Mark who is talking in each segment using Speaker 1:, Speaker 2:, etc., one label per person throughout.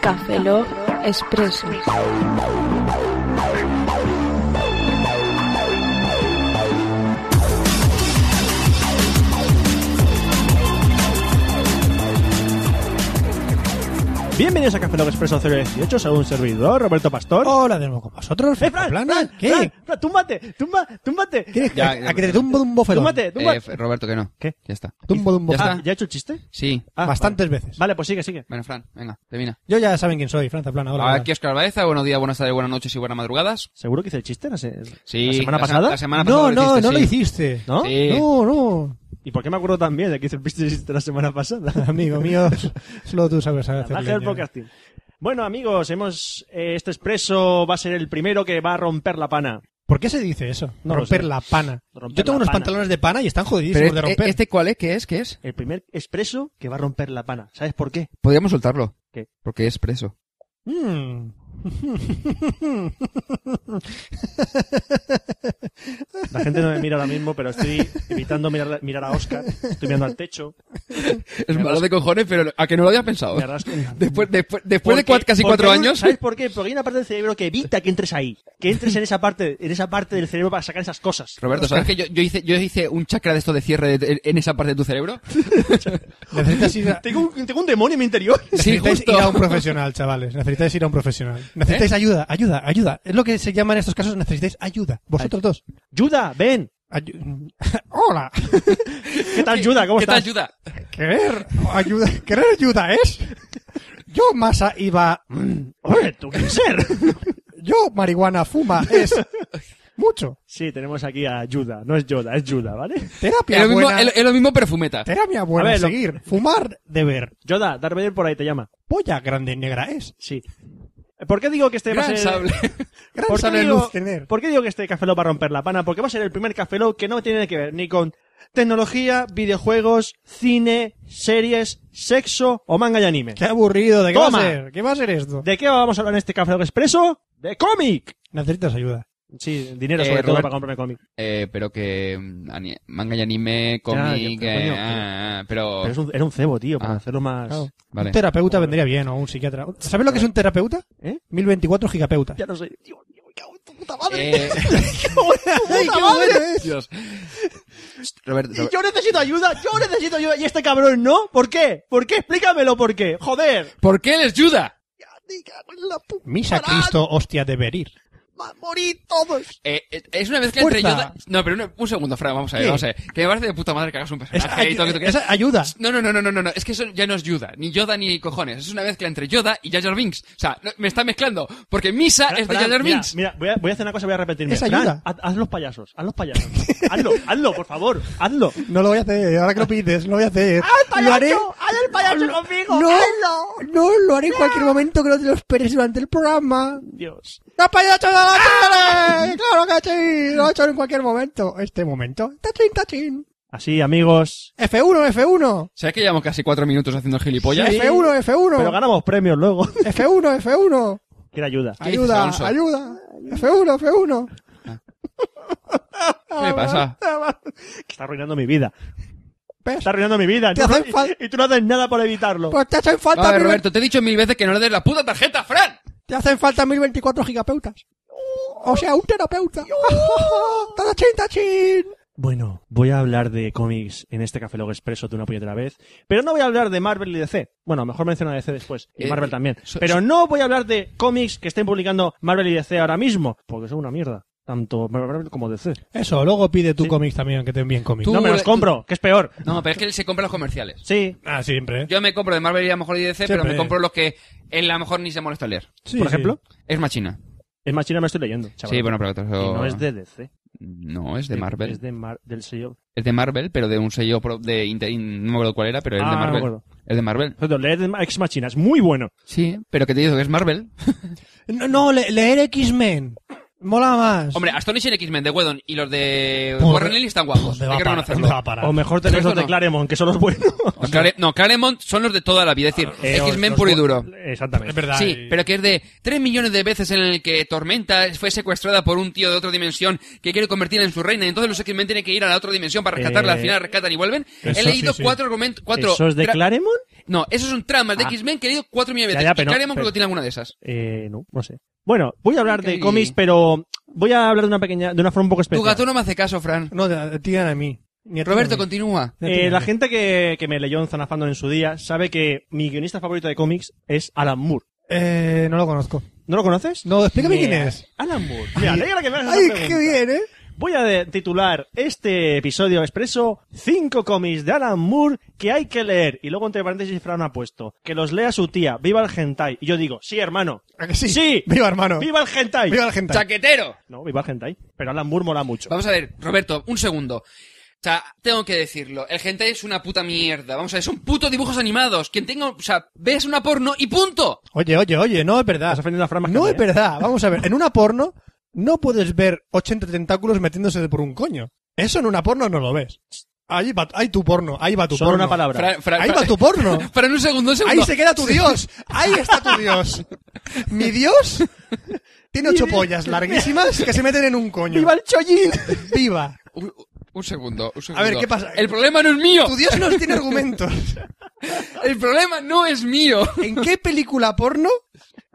Speaker 1: Café Log Expreso.
Speaker 2: Bienvenidos a Café Log Expreso 018, soy un servidor, Roberto Pastor.
Speaker 3: Hola de nuevo con vosotros.
Speaker 2: ¡Eh, Fran!
Speaker 3: Plana.
Speaker 2: Fran,
Speaker 3: ¿Qué?
Speaker 2: Fran, Fran, túmbate, tumba, túmbate.
Speaker 3: ¿Quieres
Speaker 4: Ya,
Speaker 3: a,
Speaker 4: ya,
Speaker 3: a que te tumbo de un bofetón?
Speaker 2: Túmbate, túmbate.
Speaker 4: Eh, F- Roberto, que no.
Speaker 2: ¿Qué?
Speaker 4: Ya está.
Speaker 3: Tumbo de un
Speaker 4: Ya
Speaker 3: bofetón.
Speaker 4: está.
Speaker 2: Ah, ¿Ya he hecho el chiste?
Speaker 4: Sí.
Speaker 2: Ah,
Speaker 3: Bastantes veces.
Speaker 2: Vale, pues sigue, sigue.
Speaker 4: Bueno, Fran, venga, termina. Ah,
Speaker 3: Yo ya saben quién soy, Franza Plana. Hola. hola.
Speaker 4: Aquí Oscar Baeza, buenos días, buenas tardes, buenas noches y buenas madrugadas.
Speaker 2: ¿Seguro que hice el chiste la, se-
Speaker 4: Sí.
Speaker 2: la semana
Speaker 4: se-
Speaker 2: pasada?
Speaker 4: La semana
Speaker 3: no,
Speaker 4: pasada
Speaker 3: no, no lo
Speaker 4: sí. Eh.
Speaker 3: hiciste.
Speaker 2: ¿No?
Speaker 4: Sí.
Speaker 3: No, no.
Speaker 2: ¿Y por qué me acuerdo tan bien de que hice el chiste la semana pasada?
Speaker 3: Amigo mío, solo tú sabes hacer
Speaker 2: La magia del
Speaker 3: leña.
Speaker 2: podcasting. Bueno, amigos, hemos eh, este expreso va a ser el primero que va a romper la pana.
Speaker 3: ¿Por qué se dice eso?
Speaker 2: No lo
Speaker 3: romper
Speaker 2: sé.
Speaker 3: la pana.
Speaker 2: Romper
Speaker 3: Yo tengo
Speaker 2: la
Speaker 3: unos
Speaker 2: pana.
Speaker 3: pantalones de pana y están jodidísimos
Speaker 4: Pero
Speaker 3: de
Speaker 4: eh,
Speaker 3: romper.
Speaker 4: ¿Este cuál es? ¿Qué es? ¿Qué es?
Speaker 2: El primer expreso que va a romper la pana. ¿Sabes por qué?
Speaker 4: Podríamos soltarlo.
Speaker 2: ¿Qué?
Speaker 4: Porque es preso.
Speaker 3: Mm.
Speaker 2: La gente no me mira ahora mismo, pero estoy evitando mirar, mirar a Oscar. Estoy mirando al techo.
Speaker 4: Es malo de cojones, pero a que no lo había pensado.
Speaker 2: Me arrastro.
Speaker 4: Después, después, después de
Speaker 2: Porque-
Speaker 4: cua- casi
Speaker 2: porque
Speaker 4: cuatro
Speaker 2: hay un-
Speaker 4: años.
Speaker 2: ¿Sabes por qué? Porque hay una parte del cerebro que evita que entres ahí. Que entres en esa parte, en esa parte del cerebro para sacar esas cosas.
Speaker 4: Roberto, ¿sabes que yo, yo hice, yo hice un chakra de esto de cierre de- en esa parte de tu cerebro?
Speaker 3: Necesitas ir a,
Speaker 2: Tengo un, tengo un demonio en mi interior.
Speaker 4: Sí,
Speaker 3: necesitáis
Speaker 4: justo.
Speaker 3: ir a un profesional, chavales. Necesitáis ir a un profesional. Necesitáis ayuda, ayuda, ayuda. Es lo que se llama en estos casos, necesitáis ayuda. Vosotros dos.
Speaker 2: Yuda, ven.
Speaker 3: Ayu- Hola.
Speaker 2: ¿Qué tal, Yuda? ¿Cómo
Speaker 4: ¿Qué te
Speaker 2: estás?
Speaker 4: ayuda?
Speaker 3: Querer ayuda, querer ayuda es. Yo masa iba,
Speaker 2: Oye, ¿tú qué ser?
Speaker 3: yo marihuana fuma es mucho.
Speaker 2: Sí, tenemos aquí a Yuda. No es Yoda, es Yuda, ¿vale?
Speaker 3: Terapia
Speaker 4: Es lo, mismo,
Speaker 3: buena,
Speaker 4: es, es lo mismo perfumeta.
Speaker 3: terapia buena
Speaker 2: A ver, lo-
Speaker 3: seguir, fumar deber.
Speaker 2: Yoda, Darth Vader por ahí te llama.
Speaker 3: Polla grande y negra es.
Speaker 2: Sí. ¿Por qué digo que este va a
Speaker 4: Gran
Speaker 2: ser...
Speaker 4: sable.
Speaker 3: Gran
Speaker 2: ¿Por qué,
Speaker 3: sable de
Speaker 2: digo,
Speaker 3: luz tener.
Speaker 2: por qué digo que este Café Lock va a romper la pana? Porque va a ser el primer Café Lock que no tiene que ver ni con tecnología, videojuegos, cine, series, sexo o manga y anime.
Speaker 3: Qué aburrido, ¿de qué
Speaker 2: Toma.
Speaker 3: va a ser? ¿Qué va a ser esto?
Speaker 2: ¿De qué vamos a hablar en este Café Lock Expreso? ¡De cómic!
Speaker 3: Necesitas ayuda.
Speaker 2: Sí, dinero
Speaker 4: Eh,
Speaker 2: sobre todo
Speaker 4: Robert-
Speaker 2: para comprarme cómic.
Speaker 4: Eh, pero que mm, ani- manga y anime, cómic,
Speaker 2: pero
Speaker 4: eh,
Speaker 2: coño,
Speaker 4: ah, ah, pero,
Speaker 2: Pero es un, era un cebo, tío, para
Speaker 4: Ah.
Speaker 2: hacerlo más...
Speaker 3: Claro.
Speaker 4: vale.
Speaker 3: Un terapeuta vendría bien o un psiquiatra. ¿Sabes lo que es un terapeuta?
Speaker 2: ¿Eh?
Speaker 3: 1024 gigapeuta.
Speaker 2: Ya no sé. Dios mío, me cago en tu puta madre.
Speaker 4: Eh,
Speaker 3: ¡Ay, qué bueno
Speaker 2: eh.
Speaker 3: es!
Speaker 4: Dios. Roberto,
Speaker 2: Y yo necesito ayuda, yo necesito ayuda. Y este cabrón no. ¿Por qué? ¿Por qué? Explícamelo por qué. Joder.
Speaker 4: ¿por qué les ayuda?
Speaker 3: Misa Cristo, hostia, deber ir.
Speaker 4: Eh, eh, es una mezcla entre
Speaker 3: Fuerza.
Speaker 4: Yoda. No, pero una- un segundo, Fran, vamos a ver,
Speaker 3: ¿Qué?
Speaker 4: vamos a ver. Que me parece de puta madre que hagas un
Speaker 3: Es
Speaker 4: personaje y todo lo que tú
Speaker 3: ayu-
Speaker 4: quieras.
Speaker 3: es ayuda.
Speaker 4: No, no, no, no, no, no, no, es que eso ya no es Yoda, ni Yoda ni cojones, es una mezcla entre Yoda y Jar Jar Binks. O sea, no- me está mezclando, porque Misa es de Jar Jar
Speaker 2: mira,
Speaker 4: Binks.
Speaker 2: mira, voy a, voy a hacer una cosa, voy a repetirme.
Speaker 3: Esa
Speaker 2: Fran,
Speaker 3: ayuda.
Speaker 2: haz, haz los payasos, haz los payasos. hazlo, hazlo, por favor, hazlo.
Speaker 3: No lo voy a hacer, ahora que lo pides, no lo voy a hacer.
Speaker 2: Ah,
Speaker 3: Lo haré-
Speaker 2: ¡Haz el payaso conmigo!
Speaker 3: No, no, lo haré en cualquier momento que no te lo esperes durante el programa.
Speaker 2: Dios.
Speaker 3: ¡La payacha de la tele! ¡Claro que sí! Lo he hecho en cualquier momento. Este momento. ¡Tachín, tachín!
Speaker 2: Así, amigos.
Speaker 3: F1, F1.
Speaker 4: ¿Sabes que llevamos casi cuatro minutos haciendo gilipollas?
Speaker 2: Sí.
Speaker 3: F1,
Speaker 2: Pero
Speaker 3: F1.
Speaker 2: ganamos premios luego.
Speaker 3: F1, F1.
Speaker 2: Quiere ayuda.
Speaker 4: ¿Qué dices,
Speaker 3: Ayuda,
Speaker 4: Alonso?
Speaker 3: ayuda. F1, F1.
Speaker 4: ¿Qué le pasa?
Speaker 2: Que está arruinando mi vida.
Speaker 3: ¿Ves?
Speaker 2: Está arruinando mi vida.
Speaker 3: Te
Speaker 2: No,
Speaker 3: hacen
Speaker 2: y-
Speaker 3: fal-
Speaker 2: y, tú no haces nada por evitarlo.
Speaker 3: Pues te hacen falta,
Speaker 4: Vale,
Speaker 3: mil-
Speaker 4: Roberto, te he dicho mil veces que no le des la puta tarjeta, Fran.
Speaker 3: te hacen falta 1024 gigapeutas. O sea, un terapeuta. ¡Tachín, tachín!
Speaker 2: Bueno, voy a hablar de cómics en este Café Log Expreso de una puñetera vez, pero no voy a hablar de Marvel y DC. Bueno, mejor menciono a DC después, y
Speaker 4: Eh,
Speaker 2: Marvel también.
Speaker 4: so-
Speaker 2: pero no voy a hablar de cómics que estén publicando Marvel y DC ahora mismo, porque son una mierda. Tanto Marvel como DC.
Speaker 3: Eso, luego pide tu
Speaker 2: Sí.
Speaker 3: cómics también, que te envíen cómics.
Speaker 4: Tú- eh,
Speaker 2: no me los
Speaker 4: tú-
Speaker 2: compro, que es peor.
Speaker 4: No, pero es que él se compra los comerciales.
Speaker 2: Sí,
Speaker 3: Ah, siempre.
Speaker 4: Yo me compro de Marvel y a lo mejor y DC, pero
Speaker 3: Siempre.
Speaker 4: me compro los que él a lo mejor ni se molesta en leer.
Speaker 2: por ejemplo.
Speaker 4: Es Machina.
Speaker 2: Es más china, me estoy leyendo. chaval.
Speaker 4: Sí, bueno, pero otro-
Speaker 2: Y no es de DC.
Speaker 4: No, es de Marvel.
Speaker 2: Es de Mar- del sello.
Speaker 4: Es de Marvel, pero de un sello pro- de inter- in- no me acuerdo cuál era, pero es
Speaker 2: Ah,
Speaker 4: de
Speaker 2: me
Speaker 4: Marvel.
Speaker 2: acuerdo.
Speaker 4: es de Marvel.
Speaker 2: Nosotros, leed Ex Machina, es muy bueno.
Speaker 4: Sí, pero que te digo que es Marvel.
Speaker 3: No, no, le- leer X-Men.
Speaker 5: Mola más.
Speaker 4: Hombre, Astonishing X-Men de Wedon y los de
Speaker 5: Pues,
Speaker 4: Warren Ellis están guapos.
Speaker 5: ¿dónde va
Speaker 4: Hay que
Speaker 5: a parar?
Speaker 4: reconocerlo.
Speaker 5: ¿Dónde va a parar?
Speaker 2: O mejor tener
Speaker 4: Eso
Speaker 2: los de
Speaker 4: no.
Speaker 2: Claremont, que son los buenos.
Speaker 4: Los Clare- no, Claremont son los de toda la vida. Es decir,
Speaker 2: Eh, o
Speaker 4: X-Men
Speaker 2: los
Speaker 4: puro y
Speaker 2: bu-
Speaker 4: duro.
Speaker 5: Es
Speaker 2: Exactamente.
Speaker 5: verdad.
Speaker 4: Sí,
Speaker 5: y-
Speaker 4: pero que es eh. de tres millones de veces en el que Tormenta fue secuestrada por un tío de otra dimensión que quiere convertirla en su reina. y Entonces los X-Men tienen que ir a la otra dimensión para rescatarla. Al
Speaker 2: Eh,
Speaker 4: final rescatan y vuelven.
Speaker 5: eso
Speaker 4: He leído
Speaker 5: sí, sí.
Speaker 4: cuatro argumentos. Cuatro
Speaker 2: ¿Esos de
Speaker 4: tra-
Speaker 2: Claremont?
Speaker 4: No, esos son tramas de
Speaker 2: Ah.
Speaker 4: X-Men que he leído cuatro millones de
Speaker 2: Ya,
Speaker 4: veces.
Speaker 2: ya,
Speaker 4: y
Speaker 2: pero-
Speaker 4: Claremont creo
Speaker 2: pero-
Speaker 4: que tiene alguna de esas.
Speaker 2: Eh, no, no sé. Bueno, voy a hablar
Speaker 4: Ok.
Speaker 2: de cómics, pero voy a hablar de una pequeña, de una forma un poco
Speaker 4: Tu
Speaker 2: especial. Eh,
Speaker 4: gato no me hace caso, Fran.
Speaker 5: No, de- tiran a mí. Ni a ti
Speaker 4: Roberto,
Speaker 5: ni a mí.
Speaker 4: continúa.
Speaker 5: Ni a ti ni
Speaker 2: Eh,
Speaker 5: a
Speaker 2: la
Speaker 5: mí.
Speaker 2: gente que, que me leyó en Zanafando en su día sabe que mi guionista favorito de cómics es Alan Moore.
Speaker 5: Eh, no lo conozco.
Speaker 2: ¿No lo conoces?
Speaker 5: No, explícame
Speaker 2: Mira,
Speaker 5: quién es.
Speaker 2: Alan Moore. Me alegra que me hagas esa
Speaker 5: Ay,
Speaker 2: pregunta.
Speaker 5: qué bien, ¿eh?
Speaker 2: Voy a de- titular este episodio expreso cinco cómics de Alan Moore que hay que leer. Y luego entre paréntesis Fran ha puesto que los lea su tía. Viva el hentai. Y yo digo, sí, hermano.
Speaker 5: ¿A que sí?
Speaker 2: Sí.
Speaker 5: Viva, hermano.
Speaker 2: Viva el hentai.
Speaker 5: Viva la gente.
Speaker 4: ¡Chaquetero!
Speaker 2: No, viva el hentai. Pero Alan Moore mola mucho.
Speaker 4: Vamos a ver, Roberto, un segundo. O sea, tengo que decirlo. El gente es una puta mierda. Vamos a ver, son putos dibujos animados. Quien tenga, o sea, ves una porno y punto.
Speaker 5: Oye, oye, oye, no es verdad.
Speaker 2: Estás ofendiendo a Fran más que a
Speaker 5: No
Speaker 2: mí,
Speaker 5: es
Speaker 2: ¿eh?
Speaker 5: verdad. Vamos a ver. En una porno no puedes ver 80 tentáculos metiéndose de por un coño. Eso en una porno no lo ves. Ahí va, ahí tu porno, ahí va tu
Speaker 2: Solo
Speaker 5: porno.
Speaker 2: una palabra.
Speaker 4: Fra- fra-
Speaker 5: Ahí
Speaker 4: fra-
Speaker 5: va tu porno.
Speaker 4: Fran, un segundo, un segundo.
Speaker 5: Ahí se queda tu dios. Ahí está tu dios. Mi dios tiene ocho pollas larguísimas que se meten en un coño.
Speaker 2: ¡Viva el chollín!
Speaker 5: Viva.
Speaker 4: Un, un segundo, un segundo.
Speaker 5: A ver, ¿qué pasa?
Speaker 4: El problema no es mío.
Speaker 5: Tu dios no tiene argumentos.
Speaker 4: El problema no es mío.
Speaker 5: ¿En qué película porno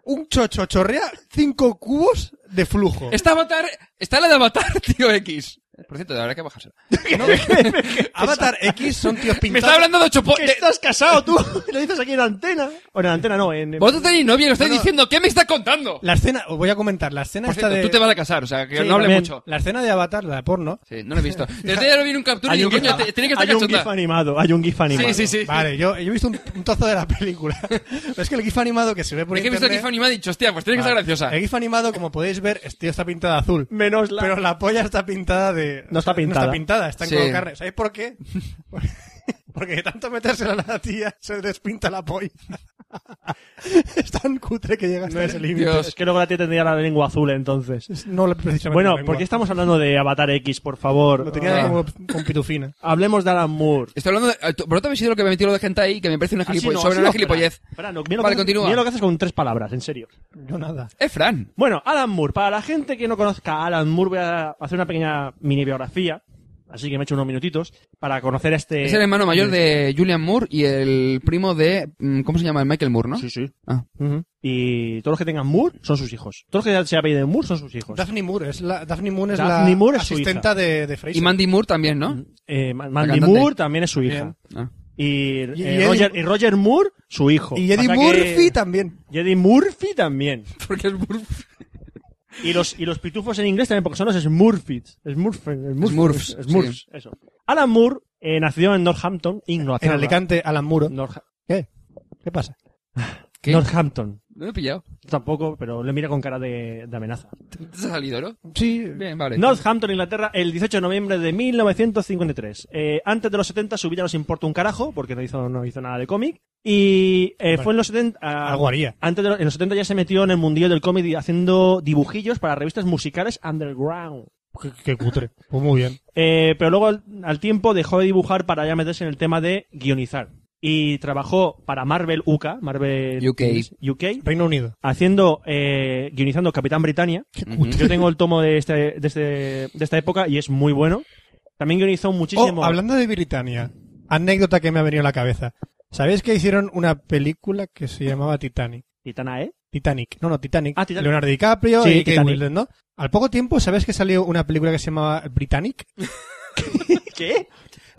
Speaker 5: un chocho chorrea cinco cubos de flujo?
Speaker 4: Está Avatar, está la de Avatar, tío X. Por cierto, habrá que bajársela.
Speaker 5: ¿No? Avatar X son tíos pintados.
Speaker 4: Me está hablando de ocho po-
Speaker 2: ¡Que
Speaker 4: de-
Speaker 2: estás casado tú! Lo dices aquí en la antena. O en la antena no, en...
Speaker 4: Vosotros tenéis novia, lo estáis
Speaker 5: No, no.
Speaker 4: diciendo. ¿Qué me estás contando?
Speaker 5: La escena, os voy a comentar, la escena
Speaker 4: Por
Speaker 5: esta
Speaker 4: cierto,
Speaker 5: de...
Speaker 4: tú te vas a casar, o sea, que
Speaker 2: Sí,
Speaker 4: no hable
Speaker 2: también.
Speaker 4: mucho.
Speaker 5: La escena de Avatar, la de porno.
Speaker 4: Sí, no lo he visto. Desde ya lo vi en un captura y un
Speaker 2: gif-
Speaker 4: guiño, te- tiene que estar
Speaker 2: hay un gif
Speaker 4: cachonda.
Speaker 2: animado, hay un gif animado.
Speaker 4: Sí, sí, sí.
Speaker 5: Vale, yo, yo he visto un, un trozo de la película. Pero es que el gif animado que se ve por
Speaker 4: Es que he visto el
Speaker 5: internet-
Speaker 4: gif animado y he dicho, hostia, pues tiene que estar
Speaker 5: Vale. Eh.
Speaker 4: graciosa.
Speaker 5: El gif animado, como podéis ver, el tío está pintado de azul.
Speaker 2: Menos la...
Speaker 5: Pero la polla está pintada de...
Speaker 2: No está pintada.
Speaker 5: No está pintada, está en
Speaker 4: Sí.
Speaker 5: color carne. ¿Sabéis por qué? Porque de tanto meterse a la tía se despinta la polla. es tan cutre que llega hasta ese límite.
Speaker 4: Dios.
Speaker 2: Es que luego la tía tendría la lengua azul entonces.
Speaker 5: No le- precisamente
Speaker 2: Bueno,
Speaker 5: la lengua.
Speaker 2: ¿por qué estamos hablando de Avatar X, por favor?
Speaker 5: Lo tenía
Speaker 4: Ah.
Speaker 5: como con pitufina.
Speaker 2: Hablemos de Alan Moore.
Speaker 4: Estoy hablando de... ¿Por habéis sido lo que me metió lo de gente ahí? Que me parece una
Speaker 2: Así
Speaker 4: gilipollez.
Speaker 2: no,
Speaker 4: sobre
Speaker 2: así
Speaker 4: una
Speaker 2: no,
Speaker 4: gilipollez.
Speaker 2: Fran. Fran, no, mira lo
Speaker 4: Vale,
Speaker 2: que haces-
Speaker 4: continúa.
Speaker 2: mira lo que haces con tres palabras, en serio.
Speaker 5: Yo nada.
Speaker 4: Es Fran.
Speaker 2: Bueno, Alan Moore. Para la gente que no conozca a Alan Moore, voy a hacer una pequeña mini biografía. Así que me he hecho unos minutitos para conocer a este...
Speaker 4: Es el hermano mayor de Julian Moore y el primo de... mm, ¿Cómo se llama? El Michael Moore, ¿no?
Speaker 2: Sí, sí.
Speaker 4: Ah.
Speaker 2: Ujú. Y todos los que tengan Moore son sus hijos. Todos los que se apelliden Moore son sus
Speaker 4: Pues-
Speaker 2: hijos.
Speaker 5: Daphne Moore es la, Daphne Moore es
Speaker 2: Daphne
Speaker 5: la
Speaker 2: Moore es su
Speaker 5: asistenta de, de Fraser.
Speaker 4: Y Mandy Moore también, ¿no?
Speaker 2: Eh, Ma-
Speaker 4: La
Speaker 2: Mandy
Speaker 4: cantante.
Speaker 2: Moore también es su hija.
Speaker 4: Ah.
Speaker 2: Y, eh,
Speaker 5: Y- y Eddie-
Speaker 2: Roger, y Roger Moore, su hijo.
Speaker 5: Y Eddie
Speaker 2: Pasa que-
Speaker 5: Murphy también.
Speaker 2: Y Eddie Murphy también.
Speaker 4: Porque es Murph.
Speaker 2: Y los, y los pitufos en inglés también, porque son los Smurfits. Smurf,
Speaker 4: Smurfs,
Speaker 2: Smurfs. Smurfs,
Speaker 4: sí.
Speaker 2: eso. Alan Moore eh, nació en Northampton,
Speaker 5: En
Speaker 2: Inglaterra.
Speaker 5: Alicante, Alan Muro.
Speaker 2: Norha-
Speaker 5: ¿Qué? ¿Qué pasa?
Speaker 4: ¿Qué?
Speaker 2: Northampton.
Speaker 4: No me he pillado.
Speaker 2: Tampoco, pero le mira con cara de, de amenaza.
Speaker 4: Te te ha salido, ¿no?
Speaker 5: Sí.
Speaker 4: Bien, vale.
Speaker 2: Northampton, Inglaterra, el 18 de noviembre de 1953. Eh, antes de los 70 su vida nos importa un carajo, porque no hizo, no hizo nada de cómic. Y eh, fue en los 70... ah,
Speaker 5: Algo haría.
Speaker 2: Antes de los, en los 70 ya se metió en el mundillo del cómic y haciendo dibujillos para revistas musicales underground.
Speaker 5: Qué, qué cutre. Pues muy bien.
Speaker 2: Eh, pero luego al, al tiempo dejó de dibujar para ya meterse en el tema de guionizar. Y trabajó para Marvel UK, Marvel
Speaker 4: UK.
Speaker 2: UK,
Speaker 5: Reino Unido.
Speaker 2: haciendo, eh, guionizando Capitán Britannia.
Speaker 4: Ujú.
Speaker 2: Yo tengo el tomo de, este, de, este- de esta época y es muy bueno. También guionizó muchísimo.
Speaker 5: Oh, hablando de Britannia, anécdota que me ha venido a la cabeza. ¿Sabéis que hicieron una película que se llamaba Titanic?
Speaker 2: Titana, ¿eh?
Speaker 5: Titanic. No, no, Titanic.
Speaker 2: Ah, Titanic.
Speaker 5: Leonardo DiCaprio
Speaker 2: Sí,
Speaker 5: y Kate
Speaker 2: Titanic.
Speaker 5: Winslet, ¿no? Al poco tiempo, ¿sabes que salió una película que se llamaba Britannic?
Speaker 2: ¿Qué?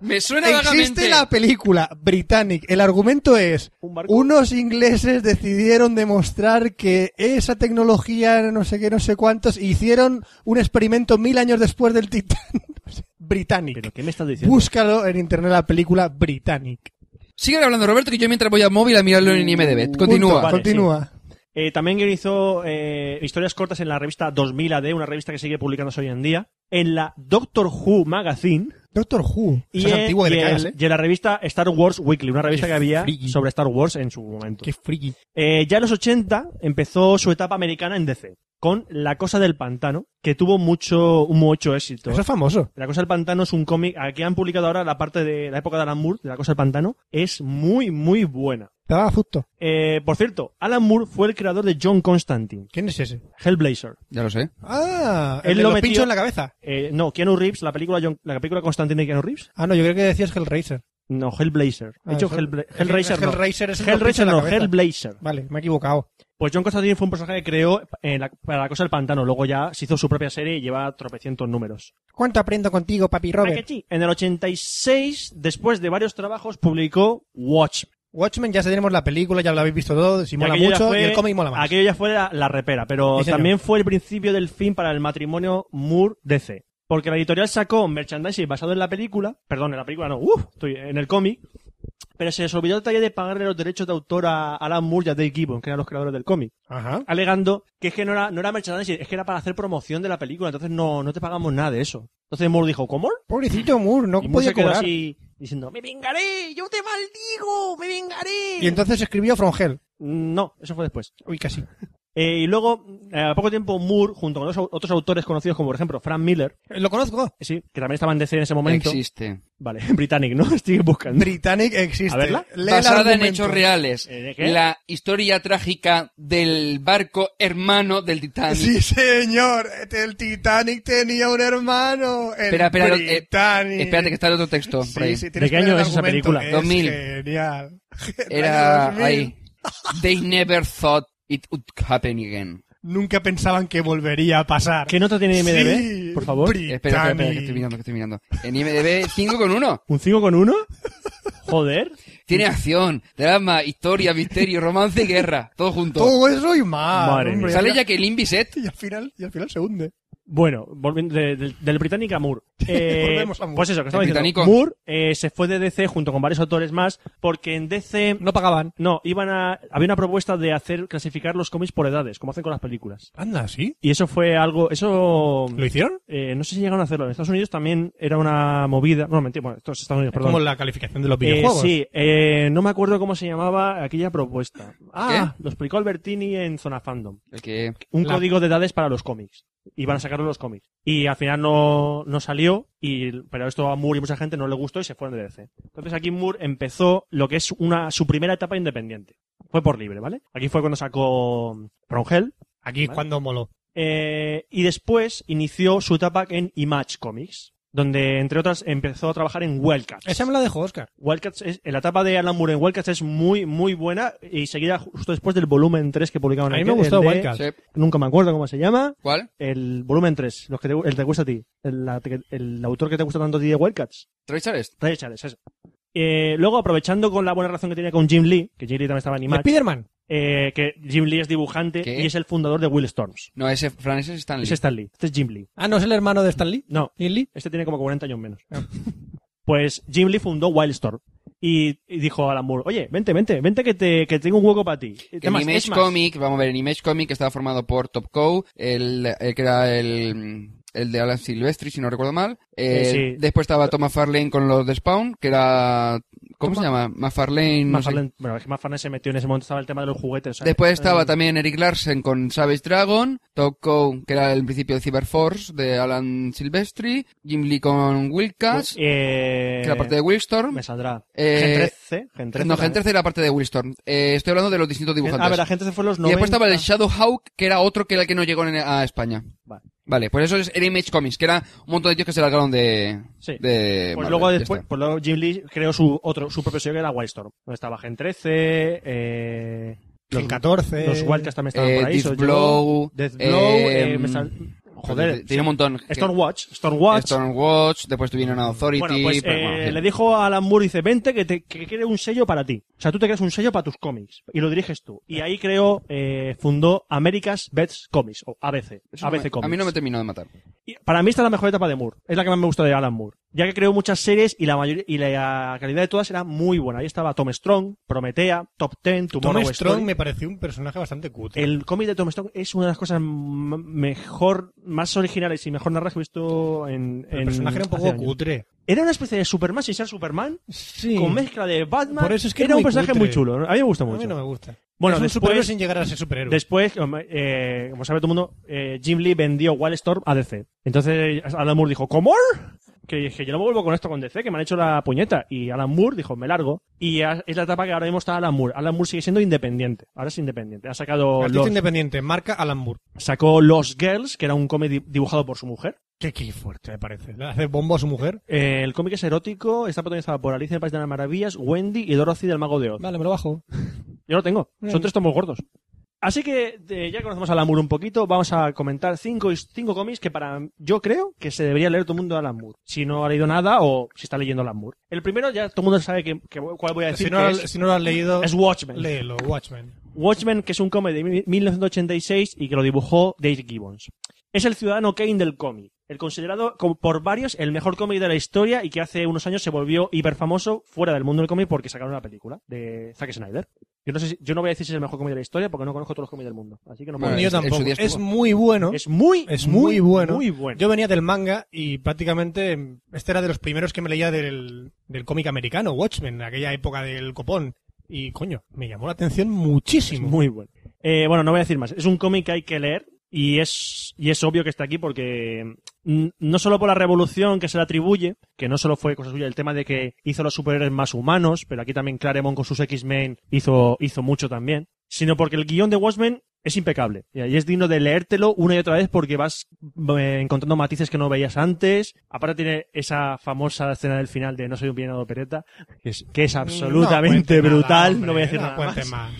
Speaker 4: Me suena
Speaker 5: Existe
Speaker 4: vagamente.
Speaker 5: la película Britannic. El argumento es,
Speaker 2: Un barco.
Speaker 5: unos ingleses decidieron demostrar que esa tecnología, no sé qué, no sé cuántos, e hicieron un experimento mil años después del Titanic. Britannic.
Speaker 2: ¿Pero qué me estás diciendo?
Speaker 5: Búscalo en internet la película Britannic.
Speaker 4: Sigue hablando, Roberto, que yo mientras voy al móvil a mirarlo en IMDb. Continúa.
Speaker 5: Punto.
Speaker 2: Vale,
Speaker 5: Continúa.
Speaker 2: Eh, también guionizó eh, historias cortas en la revista 2000 AD, una revista que sigue publicándose hoy en día. En la Doctor Who Magazine.
Speaker 5: Doctor Who.
Speaker 2: Y,
Speaker 5: Eso es
Speaker 2: en-
Speaker 5: antiguo que
Speaker 2: y
Speaker 5: le
Speaker 2: en-
Speaker 5: cagas, ¿eh?
Speaker 2: y en la revista Star Wars Weekly, una revista
Speaker 5: Qué
Speaker 2: que había
Speaker 5: friki.
Speaker 2: sobre Star Wars en su momento.
Speaker 5: friki.
Speaker 2: Eh, ya en los 80 empezó su etapa americana en DC, con La Cosa del Pantano, que tuvo mucho, mucho éxito.
Speaker 5: Eso es famoso.
Speaker 2: La Cosa del Pantano es un cómic, aquí han publicado ahora la parte de la época de Alan Moore, de La Cosa del Pantano, es muy, muy buena.
Speaker 5: Te daba justo.
Speaker 2: Eh, por cierto, Alan Moore fue el creador de John Constantine,
Speaker 5: ¿Quién es ese?
Speaker 2: Hellblazer.
Speaker 4: Ya lo sé.
Speaker 5: Ah,
Speaker 2: Él
Speaker 5: el de
Speaker 2: lo
Speaker 5: los
Speaker 2: metió-
Speaker 5: pinchos en la cabeza.
Speaker 2: Eh, no, Keanu Reeves, la película, John- la película Constantine de Keanu Reeves.
Speaker 5: Ah, no, yo creo que decías Hellraiser.
Speaker 2: No, Hellblazer.
Speaker 5: Ah,
Speaker 2: De hecho,
Speaker 5: eso-
Speaker 2: Hellbla- Hellraiser no.
Speaker 5: Hellraiser es el que pincha
Speaker 2: Hellraiser
Speaker 5: en la
Speaker 2: no,
Speaker 5: cabeza.
Speaker 2: Hellblazer.
Speaker 5: Vale, me he equivocado.
Speaker 2: Pues John Constantine fue un personaje que creó eh, la- para la cosa del pantano. Luego ya se hizo su propia serie y lleva tropecientos números.
Speaker 5: ¿Cuánto aprendo contigo, papi
Speaker 2: Ah,
Speaker 5: Robert?
Speaker 2: que sí. En el 86, después de varios trabajos, publicó Watchmen.
Speaker 5: Watchmen ya tenemos la película, ya lo habéis visto todo, si mola
Speaker 2: Aquello ya
Speaker 5: mucho
Speaker 2: fue-
Speaker 5: y el cómic mola más.
Speaker 2: Aquello ya fue la, la repera, pero
Speaker 5: Sí, señor.
Speaker 2: también fue el principio del fin para el matrimonio Moore-DC. Porque la editorial sacó merchandising basado en la película, perdón, en la película no, ¡Uf! estoy en el cómic, pero se les olvidó el detalle de pagarle los derechos de autor a Alan Moore y a Dave Gibbons, que eran los creadores del cómic.
Speaker 5: Ajá.
Speaker 2: alegando que es que no era, no era merchandising, es que era para hacer promoción de la película, entonces no, no te pagamos nada de eso. Entonces Moore dijo, ¿cómo?
Speaker 5: Pobrecito Moore, no
Speaker 2: y Moore
Speaker 5: podía
Speaker 2: se quedó
Speaker 5: cobrar.
Speaker 2: así diciendo, me vengaré, yo te maldigo, me vengaré.
Speaker 5: Y entonces escribió From Hell.
Speaker 2: No, eso fue después.
Speaker 5: Uy, casi.
Speaker 2: Eh, y luego, eh, a poco tiempo, Moore, junto con los au- otros autores conocidos como, por ejemplo, Frank Miller,
Speaker 5: Eh, Lo conozco.
Speaker 2: eh, sí, que también estaba en DC en ese momento.
Speaker 4: Existe.
Speaker 2: Vale, Britannic, ¿no? Estoy buscando.
Speaker 5: Britannic existe.
Speaker 2: A verla.
Speaker 5: Lee el
Speaker 4: Basada en
Speaker 5: argumento.
Speaker 4: hechos reales.
Speaker 2: Eh, ¿de qué?
Speaker 4: La historia trágica del barco hermano del Titanic.
Speaker 5: Sí, señor. El Titanic tenía un hermano. El
Speaker 4: Espera, espera, eh,
Speaker 5: Britannic.
Speaker 4: espérate que está el otro texto. por ahí.
Speaker 5: Sí, sí, tienes
Speaker 2: qué
Speaker 5: que leer
Speaker 2: año
Speaker 5: el
Speaker 2: es esa
Speaker 5: argumento,
Speaker 2: película?
Speaker 5: que es
Speaker 4: 2000.
Speaker 5: Genial.
Speaker 4: Era
Speaker 5: Año 2000.
Speaker 4: ahí. They never thought it would happen again.
Speaker 5: Nunca pensaban que volvería a pasar.
Speaker 2: ¿Qué nota tiene IMDB,
Speaker 5: Sí,
Speaker 2: por favor?
Speaker 5: Britannic.
Speaker 4: Espera, espera, espera, que estoy mirando, que estoy mirando. En IMDb 5 con 1.
Speaker 2: ¿Un 5 con 1? Joder.
Speaker 4: Tiene acción, drama, historia, misterio, romance y guerra. Todo junto.
Speaker 5: Todo eso y más.
Speaker 2: Madre
Speaker 5: hombre.
Speaker 2: mía.
Speaker 4: Sale Jacqueline Bisset.
Speaker 5: Y al final, y al final se hunde.
Speaker 2: Bueno, volviendo de- del- del británico a Moore. Eh,
Speaker 5: volvemos a Moore.
Speaker 2: Pues eso, que estaba
Speaker 4: El
Speaker 2: diciendo.
Speaker 4: británico.
Speaker 2: Moore eh, se fue de DC junto con varios autores más, porque en DC
Speaker 5: No pagaban.
Speaker 2: no iban a había una propuesta de hacer clasificar los cómics por edades, como hacen con las películas.
Speaker 5: Anda, ¿sí?
Speaker 2: Y eso fue algo, eso
Speaker 5: ¿Lo hicieron?
Speaker 2: eh, no sé si llegaron a hacerlo. En Estados Unidos también era una movida. No, mentira, bueno, esto es Estados Unidos,
Speaker 5: Es como
Speaker 2: perdón.
Speaker 5: la calificación de
Speaker 2: Eh,
Speaker 5: los videojuegos.
Speaker 2: sí, eh, no me acuerdo cómo se llamaba aquella propuesta. Ah, lo explicó Albertini en Zona Fandom.
Speaker 4: El que
Speaker 2: un
Speaker 5: La-
Speaker 2: código de edades para los cómics. Iban a sacarlo los cómics. Y al final no, no salió, y, pero esto a Moore y mucha gente no le gustó y se fueron de DC. Entonces aquí Moore empezó lo que es una, su primera etapa independiente. Fue por libre, ¿vale? Aquí fue cuando sacó um, From Hell.
Speaker 5: Aquí es
Speaker 2: Vale.
Speaker 5: cuando moló.
Speaker 2: eh, y después inició su etapa en Image Comics, donde entre otras empezó a trabajar en Wildcats.
Speaker 5: Esa me la dejó Oscar.
Speaker 2: Wildcats es, la etapa de Alan Moore en Wildcats es muy, muy buena y seguida justo después del volumen 3 que publicaban
Speaker 5: A mí
Speaker 2: aquí,
Speaker 5: me gustó
Speaker 2: el de-
Speaker 5: Wildcats.
Speaker 4: Sí.
Speaker 2: Nunca me acuerdo cómo se llama.
Speaker 4: ¿Cuál?
Speaker 2: El volumen 3, los que te, el que te gusta a ti. El, la- te- el autor que te gusta tanto a ti de Wildcats.
Speaker 4: Troy Charest.
Speaker 2: Ray Charles, ese. Eh, luego, aprovechando con la buena relación que tenía con Jim Lee, que Jim Lee también estaba en Image,
Speaker 5: Spiderman.
Speaker 2: eh, que Jim Lee es dibujante
Speaker 4: ¿Qué?
Speaker 2: y es el fundador de Will Storms.
Speaker 4: No, ese Fran, ese es Stanley.
Speaker 2: Es Stan Lee. Este es Jim Lee.
Speaker 5: Ah, no, es el hermano de Stan Lee.
Speaker 2: No,
Speaker 5: ¿Y Lee?
Speaker 2: este tiene como 40 años menos.
Speaker 5: Ah.
Speaker 2: Pues Jim Lee fundó Wildstorm y, y dijo a Alan Moore, oye, vente, vente, vente que, te, que tengo un hueco para ti.
Speaker 4: En
Speaker 2: Además, es
Speaker 4: Image
Speaker 2: más,
Speaker 4: Comic, vamos a ver, en Image Comic estaba formado por Top Cow, el, el que era el, el de Alan Silvestri, si no recuerdo mal. Eh,
Speaker 2: Eh, sí.
Speaker 4: Después estaba Thomas Farlane con los de Spawn, que era... ¿Cómo
Speaker 2: Toma-
Speaker 4: se llama? McFarlane. no sé.
Speaker 2: McFarlane- bueno, es que McFarlane se metió en ese momento, estaba el tema de los juguetes. o sea,
Speaker 4: Después
Speaker 2: eh,
Speaker 4: estaba también Eric Larsen con Savage Dragon, Top Cow, que era el principio de Cyber Force de Alan Silvestri, Jim Lee con Wilcats,
Speaker 2: eh,
Speaker 4: que era parte de Willstorm.
Speaker 2: Me saldrá.
Speaker 4: Eh,
Speaker 2: Gen 13. Gen 13
Speaker 4: No,
Speaker 2: también. ah,
Speaker 4: Gen 13 era parte de Willstorm. Eh, estoy hablando de los distintos dibujantes.
Speaker 2: A ver, la gente se fue en los
Speaker 4: Y
Speaker 2: 90.
Speaker 4: después estaba el Shadowhawk, que era otro que era el que no llegó en- a España.
Speaker 2: Vale.
Speaker 4: Vale, pues eso es, era Image Comics, que era un montón de tíos que se largaron de...
Speaker 2: Sí.
Speaker 4: de
Speaker 2: Pues
Speaker 4: Marvel,
Speaker 2: luego
Speaker 4: ya
Speaker 2: después,
Speaker 4: está.
Speaker 2: pues luego Jim Lee creó su otro, su propio sello que era Wildstorm. Donde estaba Gen 13, eh,
Speaker 5: El 14.
Speaker 2: los Wildcats también estaban
Speaker 4: eh,
Speaker 2: por ahí.
Speaker 4: Death
Speaker 2: Soul
Speaker 4: Blow,
Speaker 2: Death Blow,
Speaker 4: eh, pues,
Speaker 2: eh, me sal- Joder.
Speaker 4: Tiene un montón.
Speaker 2: Stormwatch, Stormwatch.
Speaker 4: Stormwatch, después tuvieron a Authority...
Speaker 2: Bueno, pues
Speaker 4: pero
Speaker 2: eh,
Speaker 4: bueno, en fin.
Speaker 2: le dijo a Alan Moore, dice, vente que te que quiere un sello para ti. O sea, tú te creas un sello para tus cómics y lo diriges tú. Y ahí creó, eh, fundó America's Best Comics, o ABC.
Speaker 4: Eso no
Speaker 2: ABC
Speaker 4: me-
Speaker 2: Comics.
Speaker 4: a mí no me terminó de matar.
Speaker 2: Y Para mí esta es la mejor etapa de Moore. Es la que más me gusta de Alan Moore. Ya que creó muchas series y la mayoría, y la calidad de todas era muy buena. Ahí estaba Tom Strong, Prometea, Top Ten,
Speaker 5: Tom
Speaker 2: Tomorrow
Speaker 5: Strong
Speaker 2: Story.
Speaker 5: me pareció un personaje bastante cutre.
Speaker 2: El cómic de Tom Strong es una de las cosas m- mejor, más originales y mejor narradas que he visto en...
Speaker 5: El
Speaker 2: en-
Speaker 5: personaje era un
Speaker 2: hace
Speaker 5: poco
Speaker 2: años.
Speaker 5: cutre.
Speaker 2: Era una especie de Superman sin ser Superman,
Speaker 5: Sí.
Speaker 2: con mezcla de Batman.
Speaker 5: Por eso es que
Speaker 2: era
Speaker 5: era
Speaker 2: un
Speaker 5: muy
Speaker 2: personaje
Speaker 5: cutre.
Speaker 2: muy chulo. ¿no? A mí me gusta
Speaker 5: A
Speaker 2: mucho.
Speaker 5: mí no me gusta.
Speaker 2: Bueno,
Speaker 3: es un superhéroe
Speaker 2: después,
Speaker 3: sin llegar a ser superhéroe.
Speaker 2: después, como, eh, como sabe todo el mundo, eh, Jim Lee vendió Wildstorm a DC. Entonces Alan Moore dijo, ¿cómo? Que dije, yo no me vuelvo con esto con DC, que me han hecho la puñeta. Y Alan Moore dijo, me largo. Y a- es la etapa que ahora mismo está Alan Moore. Alan Moore sigue siendo independiente. Ahora es independiente. Ha sacado
Speaker 3: Artista
Speaker 2: los,
Speaker 3: independiente, marca Alan Moore.
Speaker 2: sacó Los Girls, que era un cómic di- dibujado por su mujer.
Speaker 3: Qué, qué fuerte me parece. Le hace bombo a su mujer.
Speaker 2: Eh, el cómic es erótico, está protagonizado por Alicia en el País de las Maravillas, Wendy y Dorothy del Mago de Oz.
Speaker 3: Vale, me lo bajo.
Speaker 2: Yo lo tengo.
Speaker 3: Bien.
Speaker 2: Son tres tomos gordos. Así que eh, ya conocemos a Lamour un poquito, vamos a comentar cinco, his- cinco cómics que para yo creo que se debería leer todo el mundo a Lamour. Si no ha leído nada o si está leyendo Lamour. El primero ya todo el mundo sabe que, que- cuál voy a decir.
Speaker 3: Si no,
Speaker 2: que
Speaker 3: lo-
Speaker 2: es,
Speaker 3: si no lo has leído,
Speaker 2: es Watchmen.
Speaker 3: léelo, Watchmen.
Speaker 2: Watchmen, que es un cómic de mil- 1986 y que lo dibujó Dave Gibbons. Es el ciudadano Kane del cómic. El considerado como por varios el mejor cómic de la historia y que hace unos años se volvió hiperfamoso fuera del mundo del cómic porque sacaron una película de Zack Snyder. Yo no, sé si- yo no voy a decir si es el mejor cómic de la historia porque no conozco todos los cómics del mundo. Así que no puedo
Speaker 4: Bueno,
Speaker 3: Ni yo
Speaker 4: en su- en su
Speaker 3: tampoco.
Speaker 4: día estuvo.
Speaker 3: Es muy bueno.
Speaker 2: Es muy,
Speaker 3: Es muy bueno.
Speaker 2: Muy bueno.
Speaker 3: Yo venía del manga y prácticamente mm, este era de los primeros que me leía del, del cómic americano, Watchmen, en aquella época del copón. Y coño, me llamó la atención
Speaker 2: Es
Speaker 3: muchísimo.
Speaker 2: muy bueno. Eh, bueno, no voy a decir más. Es un cómic que hay que leer y es, y es obvio que está aquí porque mm, no solo por la revolución que se le atribuye, que no solo fue cosa suya, el tema de que hizo los superhéroes más humanos, pero aquí también Claremont con sus X-Men hizo, hizo mucho también, sino porque el guión de Watchmen es impecable y ahí es digno de leértelo una y otra vez porque vas eh, encontrando matices que no veías antes. Aparte tiene esa famosa escena del final de No soy un pianado pereta, que es, que es absolutamente
Speaker 3: No cuentes
Speaker 2: brutal,
Speaker 3: nada,
Speaker 2: no voy a
Speaker 3: hombre,
Speaker 2: decir
Speaker 3: no
Speaker 2: nada
Speaker 3: cuentes
Speaker 2: más.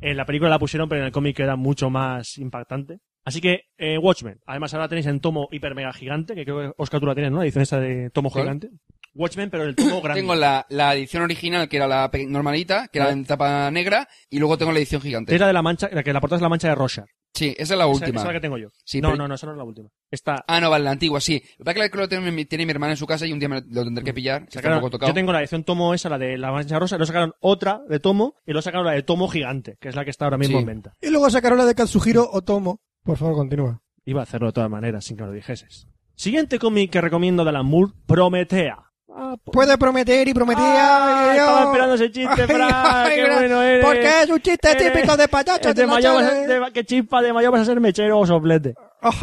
Speaker 2: En la película la pusieron, pero en el cómic era mucho más impactante. Así que, eh, Watchmen. Además, ahora tenéis en tomo hiper mega gigante, que creo que Oscar tú la tienes, ¿no? La edición esta de tomo
Speaker 4: ¿Cuál?
Speaker 2: gigante. Watchmen, pero en el tomo grande.
Speaker 4: Tengo la, la edición original, que era la pe- normalita, que
Speaker 2: Ah.
Speaker 4: era en tapa negra, y luego tengo la edición
Speaker 2: Es
Speaker 4: gigante.
Speaker 2: la de la mancha, la que la portada es la mancha de Rocha.
Speaker 4: Sí, esa es
Speaker 2: Esa,
Speaker 4: la
Speaker 2: esa
Speaker 4: última.
Speaker 2: es la que tengo yo.
Speaker 4: Sí,
Speaker 2: no,
Speaker 4: pero-
Speaker 2: no, no, esa no es la última. Está.
Speaker 4: Ah, no, vale, la antigua, sí. Lo que pasa es que la tiene mi, tiene mi hermana en su casa y un día me lo, lo tendré que pillar. que está
Speaker 2: sacaron-
Speaker 4: un poco tocado.
Speaker 2: Mm. yo tengo la edición tomo esa, la de la mancha rosa, luego sacaron otra de tomo, y luego sacaron la de tomo gigante, que es la que está ahora mismo
Speaker 4: Sí.
Speaker 2: en venta.
Speaker 5: Y luego sacaron la de Katsuhiro Otomo. Por favor, continúa.
Speaker 2: Iba a hacerlo de todas maneras, sin que me lo dijeses. Siguiente cómic que recomiendo de Alan Moore, Prometea. Ah, pues-
Speaker 5: Puede prometer y prometía.
Speaker 2: Ay, estaba esperando ese chiste, Fran, qué bueno eres.
Speaker 5: Porque es un chiste
Speaker 2: Eres-
Speaker 5: típico de payacho.
Speaker 2: Eh, de mayo vas a- de- que chispa de mayo vas a ser mechero o soplete.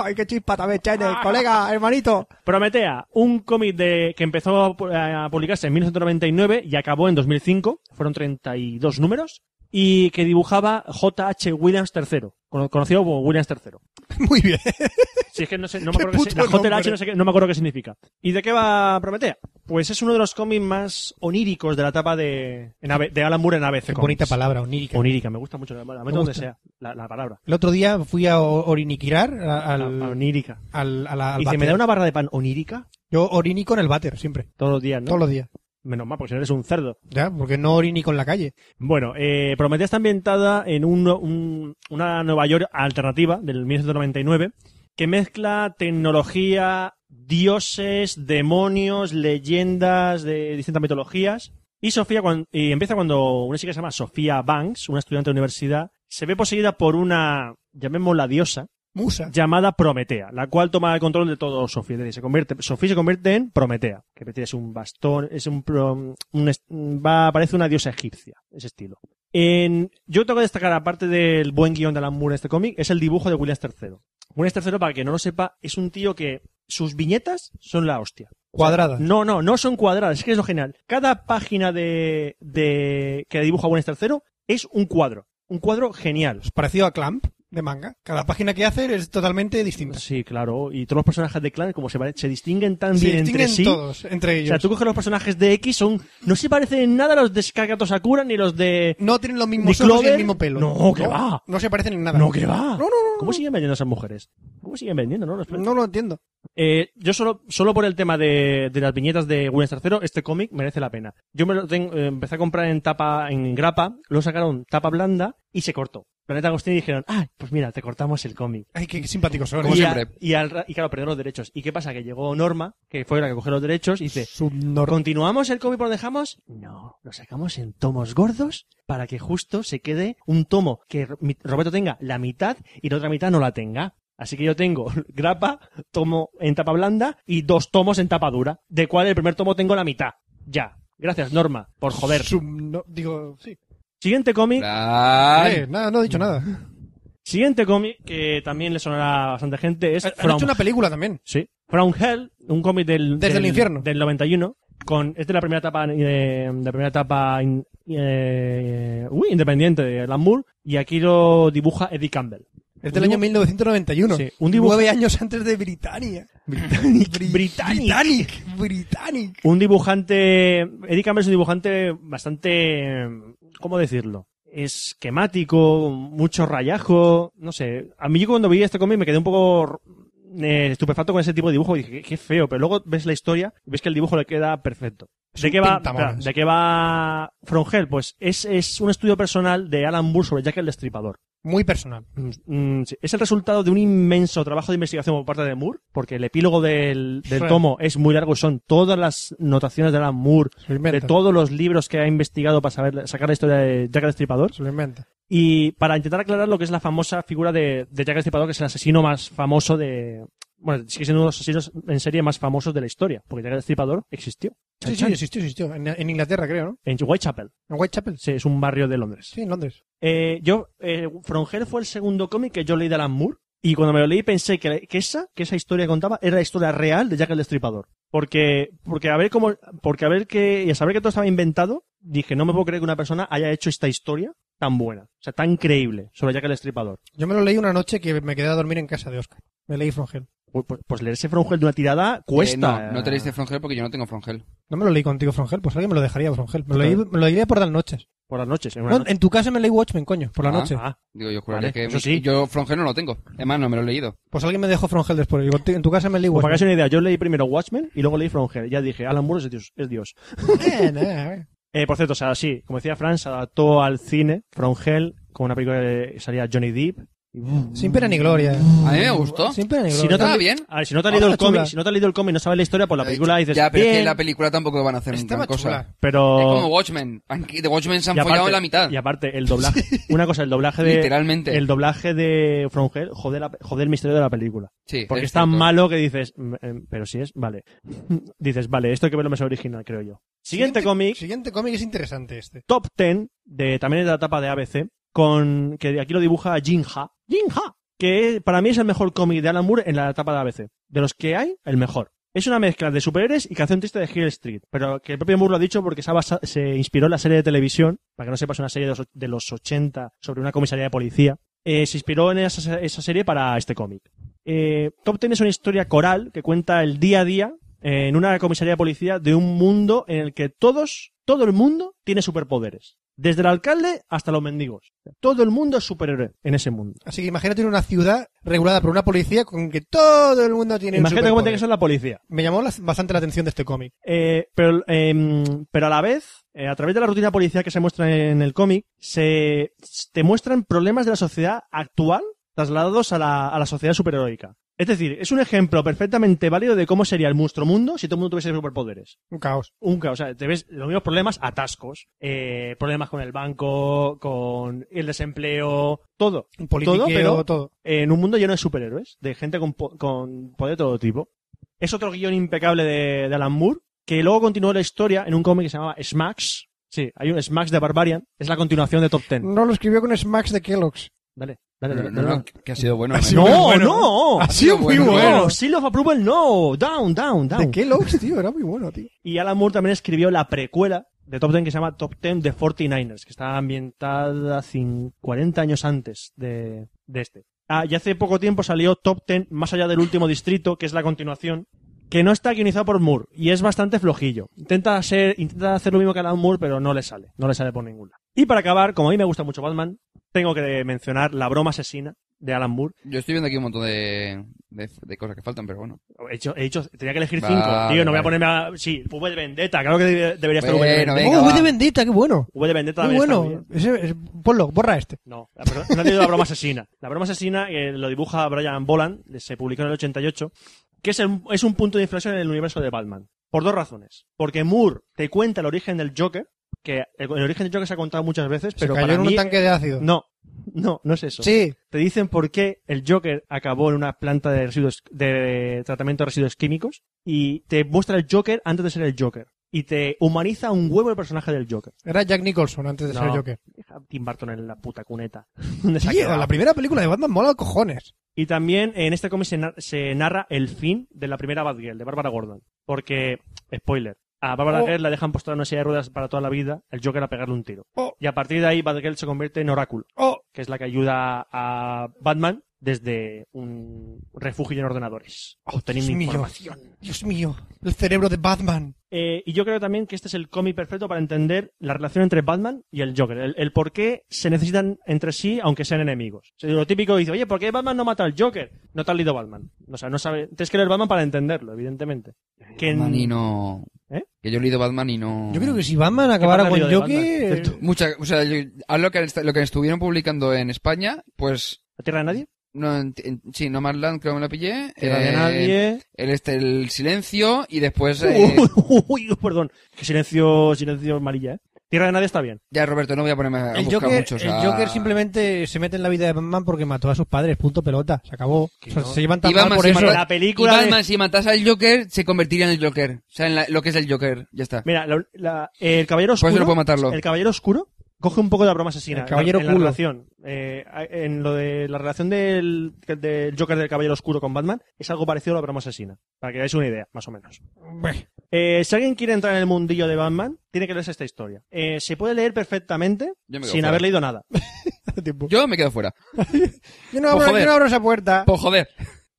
Speaker 5: Ay, qué chispa también tienes, colega, hermanito.
Speaker 2: Prometea, un cómic de que empezó a pu- a publicarse en 1999 y acabó en 2005, fueron 32 números, y que dibujaba J.H. Williams III, cono- conocido como Williams III.
Speaker 3: Muy bien.
Speaker 2: Si es que no sé, no
Speaker 3: Qué
Speaker 2: me acuerdo qué, la
Speaker 3: puto
Speaker 2: JLH
Speaker 3: nombre.
Speaker 2: no, sé qué- no me acuerdo qué significa. ¿Y de qué va Prometea? Pues es uno de los cómics más oníricos de la etapa de, en AB de Alan Moore en ABC.
Speaker 3: Qué
Speaker 2: Comics.
Speaker 3: bonita palabra, onírica.
Speaker 2: Onírica, me gusta mucho, la, la meto donde
Speaker 3: gusta.
Speaker 2: sea, la, la palabra.
Speaker 3: El otro día fui a o- oriniquirar a-
Speaker 2: La-
Speaker 3: al,
Speaker 2: la
Speaker 3: al,
Speaker 2: onírica.
Speaker 3: al- a la- al
Speaker 2: y si me
Speaker 3: váter.
Speaker 2: da una barra de pan onírica,
Speaker 3: Yo orinico en el váter, siempre.
Speaker 2: todos los días, ¿no?
Speaker 3: Todos los días.
Speaker 2: Menos mal, porque si no eres un cerdo.
Speaker 3: Ya, porque no orinico en la calle.
Speaker 2: Bueno, eh, Prometea está ambientada en un- un- una Nueva York alternativa del 1999 que mezcla tecnología, dioses, demonios, leyendas de distintas mitologías. Y Sofía cuan- y empieza cuando una chica que se llama Sofía Banks, una estudiante de universidad, se ve poseída por una, llamémosla diosa,
Speaker 3: Musa.
Speaker 2: llamada Prometea, la cual toma el control de todo Sofía. Es decir, se convierte, Sofía se convierte en Prometea, que es un bastón, es un, pro- un es- va, parece una diosa egipcia, ese estilo. En, yo tengo que destacar, aparte del buen guión de Alan Moore en este cómic, es el dibujo de Williams III. Williams III, para que no lo sepa, es un tío que sus viñetas son la hostia.
Speaker 3: Cuadrada.
Speaker 2: No, no, no son cuadradas, es que es lo genial. Cada página de, de que dibuja Williams III es un cuadro. Un cuadro genial.
Speaker 3: Parecido a Clamp, de manga. Cada página que hace es totalmente distinta.
Speaker 2: Sí, claro. Y todos los personajes de Clan, como se, pare- se distinguen tan
Speaker 3: Se
Speaker 2: bien entre
Speaker 3: distinguen
Speaker 2: sí.
Speaker 3: todos, entre
Speaker 2: O
Speaker 3: ellos.
Speaker 2: sea, tú coges los personajes de X, son no se parecen en nada a los de Skagato Sakura ni los de...
Speaker 3: No tienen los
Speaker 2: Ni
Speaker 3: mismos ojos y
Speaker 2: Clover.
Speaker 3: el mismo pelo.
Speaker 2: No, que va.
Speaker 3: No se parecen en nada.
Speaker 2: No, que va.
Speaker 3: No, no, no, no.
Speaker 2: ¿Cómo siguen vendiendo esas mujeres? ¿Cómo siguen vendiendo, no? Los-
Speaker 3: No lo entiendo.
Speaker 2: Eh, yo solo, solo por el tema de, de las viñetas de Williams III, este cómic merece la pena. Yo me lo tengo, eh, empecé a comprar en tapa, en grapa, lo sacaron tapa blanda y se cortó. Planeta Agustín y dijeron, ah, pues mira, te cortamos el cómic.
Speaker 3: Ay, qué, qué simpáticos son.
Speaker 4: Como
Speaker 2: y, a-
Speaker 4: siempre.
Speaker 2: y al ra- y claro, perdieron los derechos. ¿Y qué pasa? Que llegó Norma, que fue la que cogió los derechos, y dice,
Speaker 3: Subnormal.
Speaker 2: ¿continuamos el cómic por lo dejamos? No, lo sacamos en tomos gordos para que justo se quede un tomo que Ro- mi- Roberto tenga la mitad y la otra mitad no la tenga. Así que yo tengo grapa, tomo en tapa blanda y dos tomos en tapa dura, de cual el primer tomo tengo la mitad. Ya. Gracias, Norma, por joder.
Speaker 3: Subno- Digo, sí.
Speaker 2: Siguiente cómic,
Speaker 4: Fran.
Speaker 3: Eh, nada, no he dicho nada.
Speaker 2: siguiente cómic que también le sonará a bastante gente es
Speaker 3: Han
Speaker 2: From
Speaker 3: hecho una película también.
Speaker 2: Sí. From Hell, un cómic del,
Speaker 3: Desde
Speaker 2: del-
Speaker 3: el infierno.
Speaker 2: del 91. Con, es de la primera etapa, eh, de la primera etapa in- eh, uy, independiente de Alan Moore. Y aquí lo dibuja Eddie Campbell.
Speaker 3: Es del año 1991.
Speaker 2: Sí, un dibujo-
Speaker 3: Nueve años antes de Britannia. Britannic.
Speaker 2: Britannic.
Speaker 3: Britannic. Britannic.
Speaker 2: Un dibujante, Eddie Campbell es un dibujante bastante, eh, ¿cómo decirlo? Esquemático, mucho rayajo, no sé. A mí yo cuando vi este cómic me quedé un poco eh, estupefacto con ese tipo de dibujo y dije, qué, qué feo, pero luego ves la historia y ves que el dibujo le queda perfecto. ¿De
Speaker 3: un
Speaker 2: qué, va,
Speaker 3: pentamonas.
Speaker 2: espera, ¿De qué va From Hell? Pues es, es un estudio personal de Alan Moore sobre Jack el Destripador.
Speaker 3: Muy personal.
Speaker 2: Mm, mm, sí. Es el resultado de un inmenso trabajo de investigación por parte de Moore, porque el epílogo del, del
Speaker 3: Sí.
Speaker 2: tomo es muy largo y son todas las notaciones de Alan Moore,
Speaker 3: Se lo
Speaker 2: de
Speaker 3: inventa.
Speaker 2: todos los libros que ha investigado para saber sacar la historia de Jack el Destripador,
Speaker 3: Se lo inventa.
Speaker 2: y para intentar aclarar lo que es la famosa figura de, de Jack el Destripador, que es el asesino más famoso de... Bueno, sigue siendo uno de los asesinos en serie más famosos de la historia, porque Jack el Destripador existió.
Speaker 3: Sí, sí, existió, existió. En, en Inglaterra, creo, ¿no?
Speaker 2: En Whitechapel,
Speaker 3: En Whitechapel.
Speaker 2: sí, es un barrio de Londres.
Speaker 3: Sí, en Londres.
Speaker 2: Eh, yo, eh, From Hell fue el segundo cómic que yo leí de Alan Moore. Y cuando me lo leí pensé que, que esa, que esa historia que contaba era la historia real de Jack el Destripador. Porque, porque a ver cómo, porque a ver que, y a saber que todo estaba inventado, dije, no me puedo creer que una persona haya hecho esta historia tan buena. O sea, tan creíble sobre Jack el Destripador.
Speaker 3: Yo me lo leí una noche que me quedé a dormir en casa de Oscar. Me leí From Hell.
Speaker 2: Pues, pues- pues leerse From Hell de una tirada cuesta.
Speaker 4: Eh, no, no te lees de Frongel porque yo no tengo Frongel.
Speaker 3: No me lo leí contigo From Hell, pues alguien me lo dejaría From Hell. Me lo, leí, me lo leí por las noches.
Speaker 2: Por las noches. en una
Speaker 3: No,
Speaker 2: noche.
Speaker 3: en tu casa me leí Watchmen, coño, por la
Speaker 4: Ah.
Speaker 3: noche.
Speaker 2: Ah,
Speaker 4: Digo, yo juraría
Speaker 2: Vale,
Speaker 4: que
Speaker 2: eso sí.
Speaker 4: yo Frongel no lo tengo. Además, no me lo he leído.
Speaker 3: Pues alguien me dejó From Hell después. Digo, en tu casa me leí
Speaker 2: pues para que
Speaker 3: Watchmen.
Speaker 2: hagáis una idea, yo leí primero Watchmen y luego leí From Hell. Ya dije, Alan Moore es Dios. Es Dios.
Speaker 3: Eh, nah, eh.
Speaker 2: Eh, por cierto, o sea, sí, como decía Fran, se adaptó al cine From Hell con una película que salía Johnny Depp.
Speaker 3: Sin pena ni gloria.
Speaker 4: A mí me
Speaker 2: Mm.
Speaker 4: gustó.
Speaker 3: Sin pena ni
Speaker 2: Si no
Speaker 3: gloria.
Speaker 2: te-
Speaker 4: Estaba Ah, bien. Eh,
Speaker 2: A ver, si no te has leído el
Speaker 3: Hola, chula.
Speaker 2: cómic, si no te has leído el cómic, no sabes la historia, pues la película dices,
Speaker 4: Ya, pero es que
Speaker 2: "Bien",
Speaker 4: en la película tampoco van a hacer
Speaker 3: Estaba
Speaker 4: gran cosa.
Speaker 3: chula.
Speaker 2: pero...
Speaker 4: Es como Watchmen. Aquí De Watchmen se
Speaker 2: Oh.
Speaker 4: han
Speaker 2: y aparte-
Speaker 4: follado en la mitad.
Speaker 2: Y aparte, el doblaje. Una cosa, el doblaje de...
Speaker 4: Literalmente.
Speaker 2: El doblaje de From Hell jode, la- jode el misterio de la película.
Speaker 4: Sí,
Speaker 2: Porque
Speaker 4: es
Speaker 2: es tan
Speaker 4: cierto.
Speaker 2: malo que dices, "Mm, em, pero si es, vale. dices, vale, esto hay que verlo más original, creo yo. Siguiente cómic,
Speaker 3: Siguiente cómic es interesante este.
Speaker 2: Top Ten, de, también es de la etapa de ABC, con, que aquí lo dibuja Jinja. Jinja! Que para mí es el mejor cómic de Alan Moore en la etapa de ABC. De los que hay, el mejor. Es una mezcla de superhéroes y canción triste de Hill Street. Pero que el propio Moore lo ha dicho porque se, ha basa- se inspiró en la serie de televisión, para que no sepas, una serie de los, de los 80 sobre una comisaría de policía. Eh, se inspiró en esa, esa serie para este cómic. Eh, Top Ten es una historia coral que cuenta el día a día eh, en una comisaría de policía de un mundo en el que todos, todo el mundo tiene superpoderes. Desde el alcalde hasta los mendigos. Todo el mundo es superhéroe en ese mundo.
Speaker 3: Así que imagínate una ciudad regulada por una policía con que todo el mundo tiene un
Speaker 2: Imagínate cómo tiene que
Speaker 3: superpoder.
Speaker 2: ser la policía.
Speaker 3: Me llamó la- bastante la atención de este cómic.
Speaker 2: Eh, pero, eh, pero a la vez, eh, a través de la rutina policial que se muestra en el cómic, se te muestran problemas de la sociedad actual trasladados a la, a la sociedad superheroica. Es decir, es un ejemplo perfectamente válido de cómo sería el monstruo mundo si todo el mundo tuviese superpoderes.
Speaker 3: Un caos.
Speaker 2: Un caos, o sea, te ves los mismos problemas, atascos, eh, problemas con el banco, con el desempleo, todo.
Speaker 3: Un politiqueo,
Speaker 2: Todo, pero-
Speaker 3: todo.
Speaker 2: En un mundo lleno de superhéroes, de gente con, po- con poder de todo tipo. Es otro guión impecable de, de Alan Moore, que luego continuó la historia en un cómic que se llamaba Smacks. Sí, hay un Smacks de Barbarian, es la continuación de Top Ten.
Speaker 3: No lo escribió con Smacks de Kellogg's.
Speaker 2: Dale, dale,
Speaker 4: No,
Speaker 2: dale.
Speaker 4: Mm, no,
Speaker 2: dale.
Speaker 4: no, que ha sido bueno.
Speaker 3: Ha
Speaker 4: ¿no?
Speaker 3: sido
Speaker 2: No,
Speaker 3: bueno.
Speaker 2: no.
Speaker 3: Ha sido muy Oh,
Speaker 4: bueno.
Speaker 3: bueno.
Speaker 2: No, Seal of Approval, no. Down, down, down.
Speaker 3: Oh, De Kellogg's, tío, era muy bueno, tío.
Speaker 2: Y Alan Moore también escribió la precuela de Top Ten que se llama Top Ten de 49ers, que está ambientada cin- 40 años antes de, de este. Ah, y hace poco tiempo salió Top Ten más allá del último distrito, que es la continuación, que no está guionizado por Moore y es bastante flojillo. Intenta, ser, intenta hacer lo mismo que Alan Moore, pero no le sale, no le sale por ningún lado. Y para acabar, como a mí me gusta mucho Batman, tengo que mencionar la broma asesina de Alan Moore.
Speaker 4: Yo estoy viendo aquí un montón de, de, de cosas que faltan, pero bueno.
Speaker 2: He hecho, he hecho- tenía que elegir
Speaker 4: Vale,
Speaker 2: cinco. Tío, no voy
Speaker 4: vale.
Speaker 2: a ponerme a... Sí, V de Vendetta, claro que debe- debería estar V de
Speaker 4: Bueno,
Speaker 2: Vendetta.
Speaker 4: Venga,
Speaker 3: oh,
Speaker 4: va.
Speaker 3: V de Vendetta, qué bueno.
Speaker 2: V de Vendetta
Speaker 3: Qué
Speaker 2: también está muy
Speaker 3: bueno.
Speaker 2: bien.
Speaker 3: Ese- ese- ponlo, borra este.
Speaker 2: No, la verdad- no ha tenido la broma asesina. La broma asesina eh, lo dibuja Brian Boland, se publicó en el 88, que es, el- es un punto de inflexión en el universo de Batman. Por dos razones. Porque Moore te cuenta el origen del Joker, que el, el origen del Joker se ha contado muchas veces, pero
Speaker 3: Se cayó
Speaker 2: para
Speaker 3: en
Speaker 2: mí...
Speaker 3: un tanque de ácido.
Speaker 2: No, no, no es eso.
Speaker 3: Sí,
Speaker 2: Te dicen por qué el Joker acabó en una planta de residuos de tratamiento de residuos químicos y te muestra el Joker antes de ser el Joker. y te humaniza un huevo el personaje del Joker.
Speaker 3: Era Jack Nicholson antes de
Speaker 2: No.
Speaker 3: ser Joker.
Speaker 2: Deja a Tim Burton en la puta cuneta. donde se ha
Speaker 3: Tío,
Speaker 2: quedado.
Speaker 3: la primera película de Batman mola cojones.
Speaker 2: Y también en este cómic se, na- se narra el fin de la primera Batgirl, de Bárbara Gordon. Porque, spoiler, a Bárbara
Speaker 3: Oh.
Speaker 2: Gordon la dejan postrada en una silla de ruedas para toda la vida, el Joker a pegarle un tiro.
Speaker 3: Oh.
Speaker 2: Y a partir de ahí Batgirl se convierte en oráculo,
Speaker 3: Oh,
Speaker 2: que es la que ayuda a Batman desde un refugio en ordenadores, obteniendo
Speaker 3: Dios mío.
Speaker 2: información.
Speaker 3: Dios mío, el cerebro de Batman.
Speaker 2: Eh, y yo creo también que este es el cómic perfecto para entender la relación entre Batman y el Joker. El, el por qué se necesitan entre sí, aunque sean enemigos. O sea, lo típico dice, oye, ¿por qué Batman no mata al Joker? No te has leído Batman. O sea, no sabe. Tienes que leer Batman para entenderlo, evidentemente. Que en-
Speaker 4: Batman y no...
Speaker 2: ¿Eh?
Speaker 4: Que yo he leído Batman y no...
Speaker 3: Yo creo que si Batman acabara
Speaker 2: Batman
Speaker 3: con eh,
Speaker 2: ha leído de
Speaker 3: Joker...
Speaker 2: Batman?
Speaker 4: Mucha, o sea, yo- a lo que, est- lo que estuvieron publicando en España, pues...
Speaker 2: ¿La tierra de nadie?
Speaker 4: No, ent- en- sí, No Man's Land creo que me la pillé.
Speaker 2: Tierra de
Speaker 4: eh,
Speaker 2: nadie.
Speaker 4: El, este, el silencio y después... eh,
Speaker 2: Uy, perdón. Qué silencio, silencio amarilla, ¿eh? Tierra de nadie está bien.
Speaker 4: Ya, Roberto, no voy a ponerme a
Speaker 3: El
Speaker 4: buscar
Speaker 3: Joker,
Speaker 4: mucho. o sea,
Speaker 3: el Joker simplemente se mete en la vida de Batman porque mató a sus padres, punto pelota, se acabó. O sea,
Speaker 2: no.
Speaker 3: Se llevan
Speaker 4: Y
Speaker 3: tan mal
Speaker 4: Batman,
Speaker 3: por
Speaker 4: si
Speaker 3: eso.
Speaker 2: Pero
Speaker 4: mata-
Speaker 2: la película
Speaker 4: Pues y
Speaker 2: de-
Speaker 4: Batman, si matas al Joker, se convertiría en el Joker. O sea, en la- lo que es el Joker. Ya está.
Speaker 2: Mira, la- la- el Caballero
Speaker 4: Por
Speaker 2: Oscuro.
Speaker 4: eso no puedo matarlo.
Speaker 2: El Caballero Oscuro coge un poco de la broma asesina.
Speaker 3: El Caballero
Speaker 2: en la
Speaker 3: culo.
Speaker 2: relación. Eh, en lo de la relación del, del Joker del Caballero Oscuro con Batman es algo parecido a la broma asesina. Para que veáis una idea, más o menos.
Speaker 3: Bueno,
Speaker 2: Eh, si alguien quiere entrar en el mundillo de Batman, tiene que leerse esta historia. Eh, se puede leer perfectamente
Speaker 4: Yo me quedo
Speaker 2: sin
Speaker 4: fuera.
Speaker 2: haber leído nada.
Speaker 3: hace tiempo.
Speaker 4: Yo me quedo fuera.
Speaker 3: Yo no, abro,
Speaker 4: Pues joder.
Speaker 3: yo no abro esa puerta.
Speaker 4: Por joder.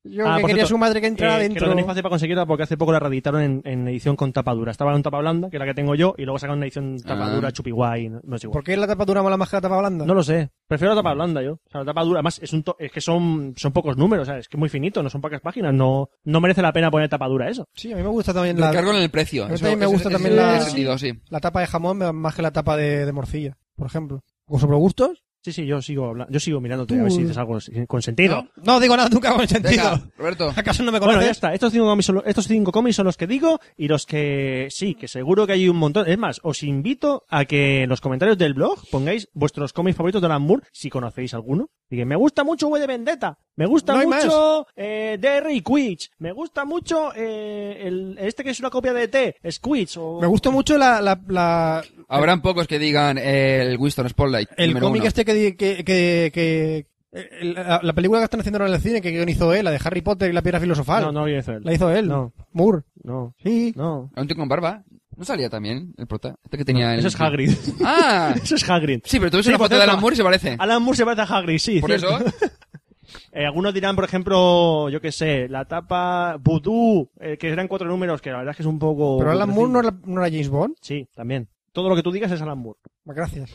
Speaker 3: Yo
Speaker 2: Ah,
Speaker 3: que
Speaker 2: por
Speaker 3: quería
Speaker 2: cierto,
Speaker 3: su madre que entrara
Speaker 2: Eh, que
Speaker 3: dentro.
Speaker 2: lo tenéis fácil para conseguirla porque hace poco la reeditaron en, en edición con tapadura. Estaba en tapa blanda, que es la que tengo yo, y luego sacaron una edición tapadura,
Speaker 4: Ah.
Speaker 2: chupiguay, no, no es igual.
Speaker 3: ¿Por qué la tapa dura mola más que la tapa blanda?
Speaker 2: No lo sé. Prefiero la tapa blanda yo. O sea, la tapa dura. Además, es, un to- es que son, son pocos números, o sea, es que es muy finito, no son pocas páginas. No, no merece la pena poner tapa dura eso.
Speaker 3: Sí, a mí me gusta también la,
Speaker 4: Recargo en el precio.
Speaker 3: A mí
Speaker 4: Eso-
Speaker 3: también me
Speaker 4: ese-
Speaker 3: gusta
Speaker 4: ese-
Speaker 3: también
Speaker 4: ese
Speaker 3: la-
Speaker 4: es el sentido, sí.
Speaker 3: la tapa de jamón más que la tapa de, de morcilla, por ejemplo. ¿O sobre gustos?
Speaker 2: Sí, sí, yo sigo hablando, yo sigo mirándote a ver
Speaker 3: Tú-
Speaker 2: si dices algo sin- con sentido.
Speaker 3: No, no digo nada nunca con sentido.
Speaker 4: Venga, Roberto.
Speaker 3: ¿Acaso no me
Speaker 2: Bueno, ya
Speaker 3: conoces?
Speaker 2: está. Estos cinco, cómics son, lo- estos cinco cómics son los que digo y los que sí, que seguro que hay un montón. Es más, os invito a que en los comentarios del blog pongáis vuestros cómics favoritos de Alan Moore, si conocéis alguno. Digan, me gusta mucho V de Vendetta, me gusta
Speaker 3: No hay
Speaker 2: mucho eh, Derry Quich, me gusta mucho eh, el, este que es una copia de T, Squitch. O...
Speaker 3: Me gustó mucho la, la, la-
Speaker 4: Habrán pocos que digan eh, el Winston Spotlight.
Speaker 3: el
Speaker 4: número
Speaker 3: cómic
Speaker 4: uno.
Speaker 3: este que, di- que, que, que- el- la, la película que están haciendo ahora en el cine que guionizó él, la de Harry Potter y la piedra filosofal.
Speaker 2: No, no viene él.
Speaker 3: La hizo él.
Speaker 2: No.
Speaker 3: Moore.
Speaker 2: No,
Speaker 3: Sí.
Speaker 2: no.
Speaker 4: Un tío con barba. No salía también el prota. Este que tenía el...
Speaker 2: Eso es Hagrid.
Speaker 4: Ah.
Speaker 2: Eso es Hagrid.
Speaker 4: Sí, pero tú ves
Speaker 2: Sí,
Speaker 4: una
Speaker 2: por
Speaker 4: foto de
Speaker 2: cierto.
Speaker 4: Alan Moore y se parece.
Speaker 2: Alan Moore se parece a Hagrid, sí.
Speaker 4: Por
Speaker 2: cierto.
Speaker 4: eso.
Speaker 2: Eh, algunos dirán, por ejemplo, yo qué sé, la tapa Voodoo, eh, que eran cuatro números, que la verdad es que es un poco...
Speaker 3: Pero Alan Moore no
Speaker 2: butrecillo.
Speaker 3: era, no era James Bond. Pues
Speaker 2: Sí, también. Todo lo que tú digas es Alan Moore.
Speaker 3: Gracias.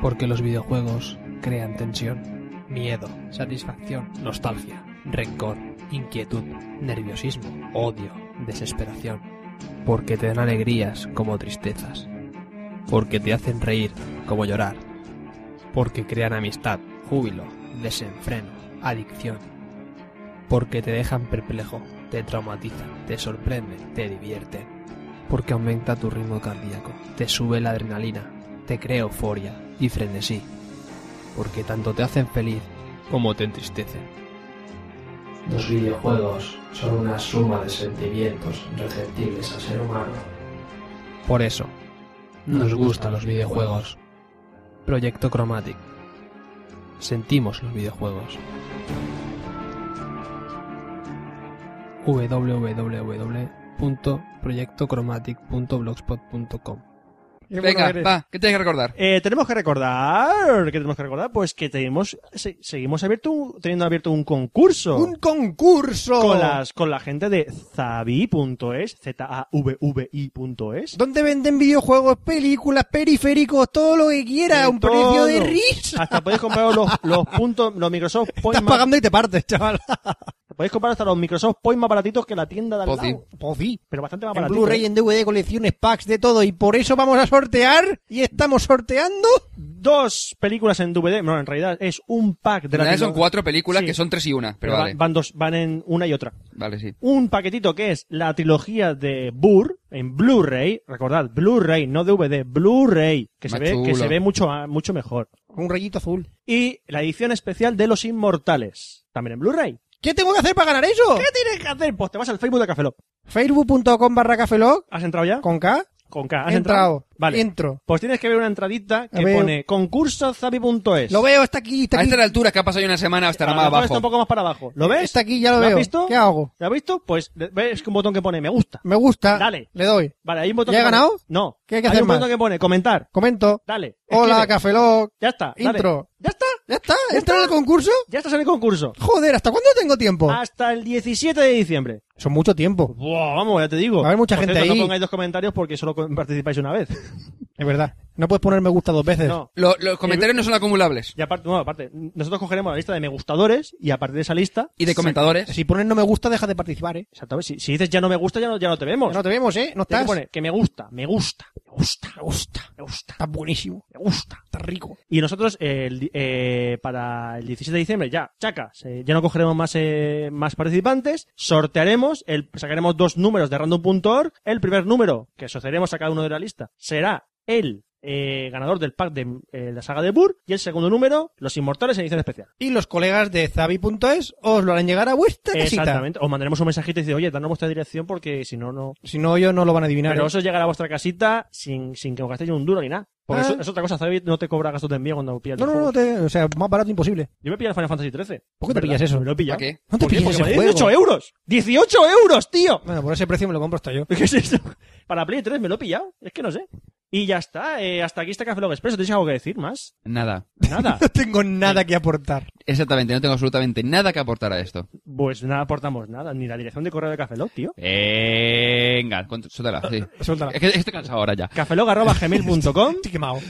Speaker 6: Porque los videojuegos crean tensión, miedo, satisfacción, nostalgia, rencor, inquietud, nerviosismo, odio, desesperación. Porque te dan alegrías como tristezas. Porque te hacen reír como llorar. Porque crean amistad, júbilo, desenfreno, adicción. Porque te dejan perplejo, te traumatizan, te sorprenden, te divierten. Porque aumenta tu ritmo cardíaco, te sube la adrenalina, te crea euforia y frenesí, porque tanto te hacen feliz como te entristecen. Los videojuegos son una suma de sentimientos receptibles al ser humano. Por eso, nos gustan los videojuegos. Proyecto Chromatic. Sentimos los videojuegos. www.proyectochromatic.blogspot.com
Speaker 3: Qué bueno
Speaker 4: Venga,
Speaker 3: eres.
Speaker 4: va. ¿Qué tienes que recordar?
Speaker 2: Eh, tenemos que recordar... ¿Qué tenemos que recordar? Pues que tenemos, se- seguimos abierto, un- teniendo abierto un concurso.
Speaker 3: Un concurso.
Speaker 2: Con, las, con la gente de zavi.es, Z-A-V-V-I.es.
Speaker 3: Donde venden videojuegos, películas, periféricos, todo lo que quiera, a un precio de
Speaker 2: Todo.
Speaker 3: risa.
Speaker 2: Hasta podéis comprar los, los puntos, los Microsoft Point
Speaker 3: Estás
Speaker 2: más-
Speaker 3: pagando y te partes, chaval.
Speaker 2: Podéis comprar hasta los Microsoft Point más baratitos que la tienda de al
Speaker 4: Pues sí.
Speaker 2: lado.
Speaker 3: Pues sí.
Speaker 2: Pero bastante más
Speaker 3: En
Speaker 2: baratitos.
Speaker 3: Blu-ray,
Speaker 2: ¿eh?
Speaker 3: en DVD, colecciones, packs, de todo. Y por eso vamos a sortear. Y estamos sorteando.
Speaker 2: dos películas en DVD. Bueno, en realidad es un pack de
Speaker 4: En
Speaker 2: la
Speaker 4: realidad son
Speaker 2: trilog-
Speaker 4: cuatro películas
Speaker 2: Sí.
Speaker 4: que son tres y una. Pero
Speaker 2: van,
Speaker 4: vale.
Speaker 2: van dos, van en una y otra.
Speaker 4: Vale, sí.
Speaker 2: Un paquetito que es la trilogía de Burr en Blu-ray. Recordad, Blu-ray, no DVD, Blu-ray, que se
Speaker 4: Más
Speaker 2: ve, que
Speaker 4: chulo.
Speaker 2: se ve mucho, ah, mucho mejor.
Speaker 3: Un rayito azul.
Speaker 2: Y la edición especial de Los Inmortales, también en Blu-ray.
Speaker 3: ¿Qué tengo que hacer para ganar eso?
Speaker 2: ¿Qué tienes que hacer? Pues te vas al Facebook de Cafelop
Speaker 3: Facebook.com barra cafelog
Speaker 2: ¿Has entrado ya?
Speaker 3: con K.
Speaker 2: Con K. ¿Has
Speaker 3: He entrado.
Speaker 2: Vale.
Speaker 3: Entro.
Speaker 2: Pues tienes que ver una entradita que
Speaker 3: ver.
Speaker 2: pone concursozabi.es.
Speaker 3: Lo veo, está aquí, está
Speaker 4: A
Speaker 3: aquí.
Speaker 4: esta altura que ha pasado ya una semana hasta
Speaker 2: Para
Speaker 4: más
Speaker 2: abajo. Está
Speaker 4: abajo.
Speaker 2: un poco más para abajo. ¿Lo ves?
Speaker 3: Está aquí, ya lo,
Speaker 2: ¿Lo has
Speaker 3: veo.
Speaker 2: visto?
Speaker 3: ¿Qué hago?
Speaker 2: ¿Lo has visto? Pues le- ves un botón que pone me gusta.
Speaker 3: Me gusta.
Speaker 2: Dale.
Speaker 3: Le doy.
Speaker 2: Vale, hay un botón
Speaker 3: ¿Ya
Speaker 2: que
Speaker 3: he
Speaker 2: pone-
Speaker 3: ganado?
Speaker 2: No.
Speaker 3: ¿Qué hay que
Speaker 2: hay
Speaker 3: hacer
Speaker 2: un
Speaker 3: más?
Speaker 2: botón que pone comentar.
Speaker 3: Comento.
Speaker 2: Dale.
Speaker 3: Hola,
Speaker 2: escribe.
Speaker 3: cafelog.
Speaker 2: Ya está. dale.
Speaker 3: Intro.
Speaker 2: Ya está.
Speaker 3: Ya está. ¿Entra en el concurso?
Speaker 2: Ya estás en el concurso.
Speaker 3: Joder, ¿hasta cuándo tengo tiempo?
Speaker 2: Hasta el 17 de diciembre.
Speaker 3: Eso es mucho tiempo.
Speaker 2: Buah, vamos, ya te digo.
Speaker 3: Va a haber mucha
Speaker 2: Por
Speaker 3: gente
Speaker 2: cierto,
Speaker 3: ahí.
Speaker 2: No pongáis dos comentarios porque solo con- participáis una vez.
Speaker 3: Es verdad. No puedes poner me gusta dos veces.
Speaker 2: No.
Speaker 4: Lo- los comentarios no son acumulables.
Speaker 2: Y aparte, no, aparte, nosotros cogeremos la lista de me gustadores y a partir de esa lista,
Speaker 4: Y de comentadores.
Speaker 3: Si pones no me gusta, deja de participar, ¿eh?
Speaker 2: exactamente, si, si dices ya no me gusta, ya no, ya no te vemos.
Speaker 3: Ya no te vemos, ¿eh?
Speaker 2: Tienes
Speaker 3: No estás.
Speaker 2: que poner que me gusta, me gusta, me gusta, me gusta, me gusta,
Speaker 3: Estás buenísimo.
Speaker 2: me gusta.
Speaker 3: Estás rico.
Speaker 2: Y nosotros eh, el di- eh, para el 17 de diciembre ya, chacas, eh, ya no cogeremos más eh, más participantes, sortearemos, el, sacaremos dos números de random.org, el primer número que asociaremos a cada uno de la lista será el eh, ganador del pack de eh, la saga de Burr y el segundo número, Los Inmortales en edición especial.
Speaker 3: Y los colegas de Zabi.es os lo harán llegar a vuestra casita.
Speaker 2: Exactamente, os mandaremos un mensajito y dice, oye, danos vuestra dirección porque si no, no...
Speaker 3: Si no, ellos no lo van a adivinar.
Speaker 2: Pero
Speaker 3: ¿eh?
Speaker 2: eso llegará a vuestra casita sin, sin que os gastéis un duro ni nada. Porque
Speaker 3: Ah.
Speaker 2: eso, es otra cosa, Zavi no te cobra gastos de envío cuando pillas
Speaker 3: No,
Speaker 2: los
Speaker 3: no, no,
Speaker 2: juegos.
Speaker 3: te- o sea, más barato imposible.
Speaker 2: Yo me pillé el Final Fantasy XIII.
Speaker 3: ¿Por qué te
Speaker 2: ¿Verdad?
Speaker 3: pillas eso?
Speaker 2: Me lo he pillado.
Speaker 4: ¿Para qué?
Speaker 3: No te
Speaker 2: ¿Por qué?
Speaker 3: pilles
Speaker 2: Porque
Speaker 3: ese
Speaker 2: vale
Speaker 3: juego.
Speaker 2: 18 euros. ¡18 euros, tío!
Speaker 3: Bueno, por ese precio me lo compro hasta yo.
Speaker 2: ¿Qué es esto? Para Play 3 me lo he pillado. Es que no sé. Y ya está. eh, hasta aquí está Café Log Express. ¿Tenéis algo que decir más?
Speaker 4: Nada.
Speaker 2: Nada.
Speaker 3: No tengo nada que aportar.
Speaker 4: Exactamente, no tengo absolutamente nada que aportar a esto.
Speaker 2: pues nada, aportamos nada. Ni la dirección de correo de Café Log, tío.
Speaker 4: Venga, cuént- suéltala, sí.
Speaker 3: Suéltala.
Speaker 4: Es que estoy cansado ahora ya.
Speaker 2: cafelog.gmail.com
Speaker 3: Estoy quemado.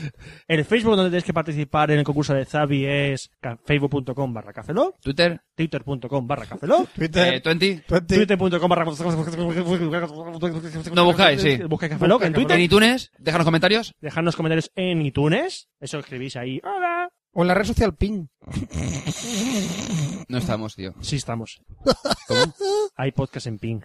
Speaker 2: El Facebook donde tenéis que participar en el concurso de Zabi es ca- facebook.com barra cafelog,
Speaker 4: Twitter,
Speaker 2: twitter.com barra cafelog,
Speaker 4: eh,
Speaker 3: Twitter.
Speaker 4: 20,
Speaker 3: Twenty.
Speaker 2: twitter.com barra...
Speaker 4: No buscáis, sí.
Speaker 2: Buscáis cafelog en
Speaker 4: en
Speaker 2: Twitter.
Speaker 4: iTunes, déjanos comentarios.
Speaker 2: Dejadnos comentarios en iTunes. Eso escribís ahí. Hola.
Speaker 3: O en la red social PIN.
Speaker 4: No estamos, tío.
Speaker 2: Sí, estamos.
Speaker 4: ¿Cómo?
Speaker 2: Hay podcast en ping.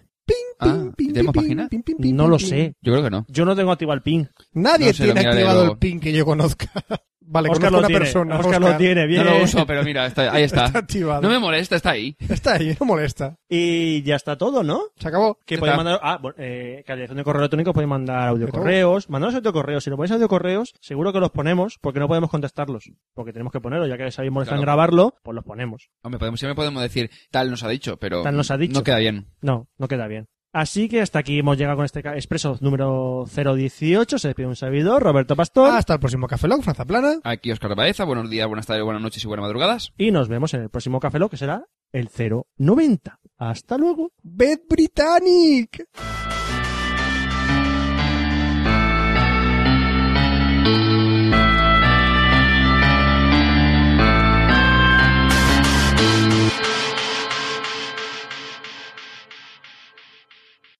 Speaker 4: Ah, ¿y ¿tenemos página?
Speaker 2: No lo sé.
Speaker 4: Yo creo que no.
Speaker 2: Yo no tengo activado el ping.
Speaker 3: Nadie
Speaker 4: No sé, lo
Speaker 3: tiene
Speaker 4: miraré
Speaker 3: activado
Speaker 4: luego.
Speaker 3: el PIN que yo conozca. Vale,
Speaker 2: Oscar
Speaker 3: conozco
Speaker 2: lo
Speaker 3: una
Speaker 2: tiene.
Speaker 3: persona.
Speaker 2: Oscar, lo tiene, bien.
Speaker 4: No lo uso, pero mira, está- ahí está.
Speaker 3: Está activado.
Speaker 4: No me molesta, está ahí.
Speaker 3: Está ahí, no molesta.
Speaker 2: Y ya está todo, ¿no?
Speaker 3: Se acabó.
Speaker 2: Que
Speaker 4: Ya
Speaker 2: podéis
Speaker 4: está.
Speaker 2: mandar, ah, bueno, eh, que a la dirección de correo electrónico podéis mandar
Speaker 3: De todo.
Speaker 2: audiocorreos. Mandaros audiocorreos. Si no ponéis audiocorreos, seguro que los ponemos porque no podemos contestarlos. Porque tenemos que ponerlo, ya que sabéis molestar en
Speaker 4: Claro.
Speaker 2: grabarlo, pues los ponemos.
Speaker 4: Hombre, podemos, siempre podemos decir, tal nos ha dicho, pero
Speaker 2: Tal nos ha dicho.
Speaker 4: no queda bien.
Speaker 2: No, no queda bien. Así que hasta aquí hemos llegado con este ca- expreso número 018. Se despide un servidor, Roberto Pastor.
Speaker 3: Hasta el próximo Café Log, Franza Plana.
Speaker 4: Aquí Oscar Baeza, buenos días, buenas tardes, buenas noches y buenas madrugadas.
Speaker 2: Y nos vemos en el próximo Café Lock, que será el 090. Hasta luego.
Speaker 3: Bed Britannic.